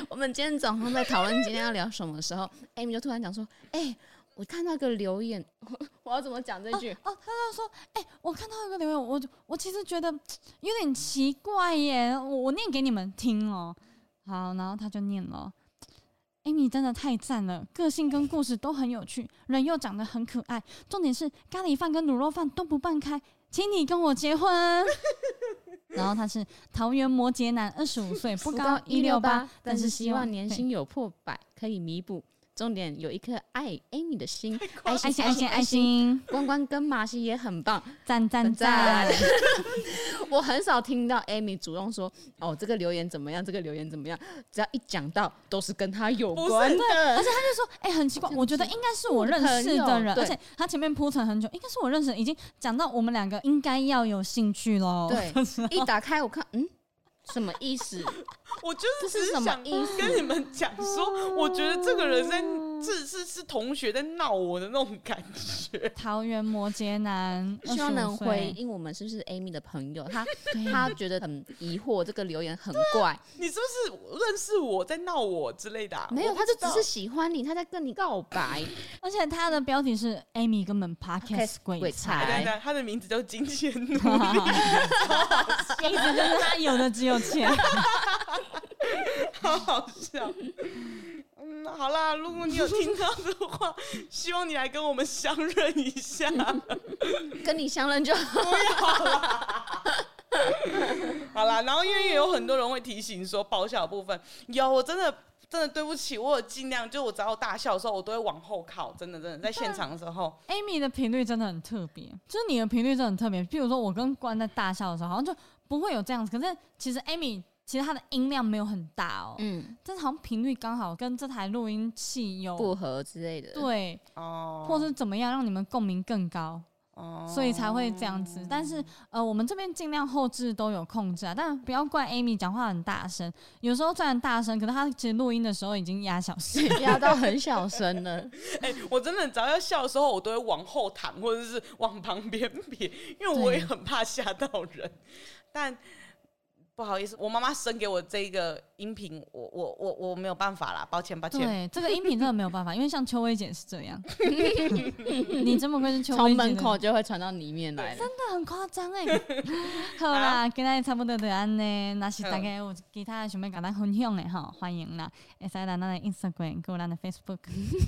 S3: 我们今天早上在讨论今天要聊什么的时候，Amy 就突然讲说：“哎、我看到一个留言， 我要怎么讲这句？
S1: 哦，他就说，哎、我看到一个留言，我就我其实觉得有点奇怪耶，我我念给你们听哦。好，然后他就念了。Amy 真的太赞了，个性跟故事都很有趣，人又长得很可爱，重点是咖喱饭跟卤肉饭都不拌开，请你跟我结婚。 然后他是桃园摩羯男，二十五岁，不高一六八，
S3: 但是希望
S1: 对
S3: 年薪有破百，可以弥补。重点有一颗爱 Amy 的心，爱
S1: 爱
S3: 心
S1: 心爱心爱， 心，
S3: 关关跟马西也很棒，
S1: 赞赞
S3: 赞
S1: 赞！
S3: 我很少听到 Amy 主动说哦，这个留言怎么样，这个留言怎么样，只要一讲到都是跟他有
S2: 不是
S3: 关的，
S1: 就说：“哎、很奇怪，我觉得应该是我认识
S3: 我的
S1: 的
S3: 朋友
S1: 人，
S3: 对
S1: 而且他前面铺陈很久，应该是我认识的，已经讲到我们两个应该要有兴趣喽。
S3: 对，一打开我看，嗯，什么意思？
S2: 我就是
S3: 这是
S2: 只
S3: 什
S2: 是
S3: 么
S2: 想
S3: 意思
S2: 跟你们讲说，我觉得这个人在
S3: 哦
S2: 是是是同学在闹我的那种感觉。
S1: 桃园摩羯男，
S3: 希望能
S1: 25岁
S3: 回应我们是不是 Amy 的朋友，他
S1: 对
S3: 他觉得很疑惑，这个留言很怪，
S2: 你是不是认识我在闹我之类的啊？
S3: 没有，
S2: 我啊不
S3: 他就
S2: 知
S3: 只
S2: 道
S3: 是喜欢你，他在跟你告白，
S1: 而且他的标题是 Amy 根本 Podcast 鬼
S2: 哎等一
S1: 才，
S2: 下，他的名字叫金钱奴。
S1: 一直就是他有的只有钱。
S2: 好好笑。嗯，好啦，如果你有听到的话，希望你来跟我们相认一下。
S3: 跟你相认就好
S2: 好啦，然后因为也有很多人会提醒说爆笑的部分，有我真的真的对不起，我有尽量，就我只要大笑的时候，我都会往后靠，真的真的，在现场的时候，
S1: Amy 的频率真的很特别，就是你的频率真的很特别。譬如说，我跟关在大笑的时候，好像就不会有这样子。可是其实 Amy 其实她的音量没有很大哦，
S3: 嗯，
S1: 但是好像频率刚好跟这台录音器有
S3: 不合之类的。
S1: 对，
S2: 哦，
S1: 或是怎么样让你们共鸣更高，
S2: 哦
S1: 所以才会这样子。但是
S3: 哦
S1: 呃，我们这边尽量后置都有控制啊，但不要怪 Amy 讲话很大声，有时候虽然大声，可是她其实录音的时候已经压小声。
S3: 压到很小声了，
S2: 哎、我真的只要要笑的时候，我都会往后躺或者是往旁边撇，因为我也很怕吓到人。但不好意思，我妈妈生给我这个音频，我我我我没有办法啦，抱歉抱歉。
S1: 对，这个音频真的没有办法，因为像秋薇姐是这样， 你真不愧是秋薇
S3: 从
S1: 姐，
S3: 门口 就会传到里面来了。
S1: 真的很夸张 哎。好啦，今日差不多就安尼，若是大
S2: 好
S1: 家有其他的想 要甲咱分享的吼，欢迎啦，会使来咱的 Instagram，还有咱的 Facebook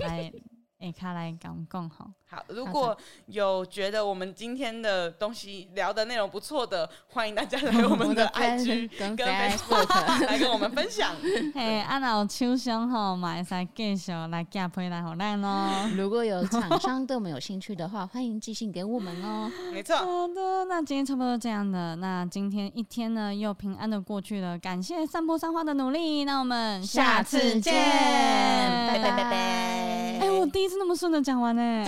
S1: 来哎，卡来讲讲好，
S2: 好，如果有觉得我们今天的东西聊的内容不错的，欢迎大家 来我们的 IG
S3: 跟
S2: 跟
S3: Facebook，
S2: 来跟我们分享。
S1: 嘿，啊，若有手伤吼，嘛会使继续来寄批来互咱 咯。
S3: 如果有厂商对我们有兴趣的话，欢迎寄信给我们哦。
S2: 没错，
S1: 好的，那今天差不多这样的。那今天一天呢又平安的过去了，感谢散播三花的努力。那我们
S3: 下次见
S1: 拜
S3: 拜拜拜拜
S1: 欸哎、我第一次那么顺的讲完呢、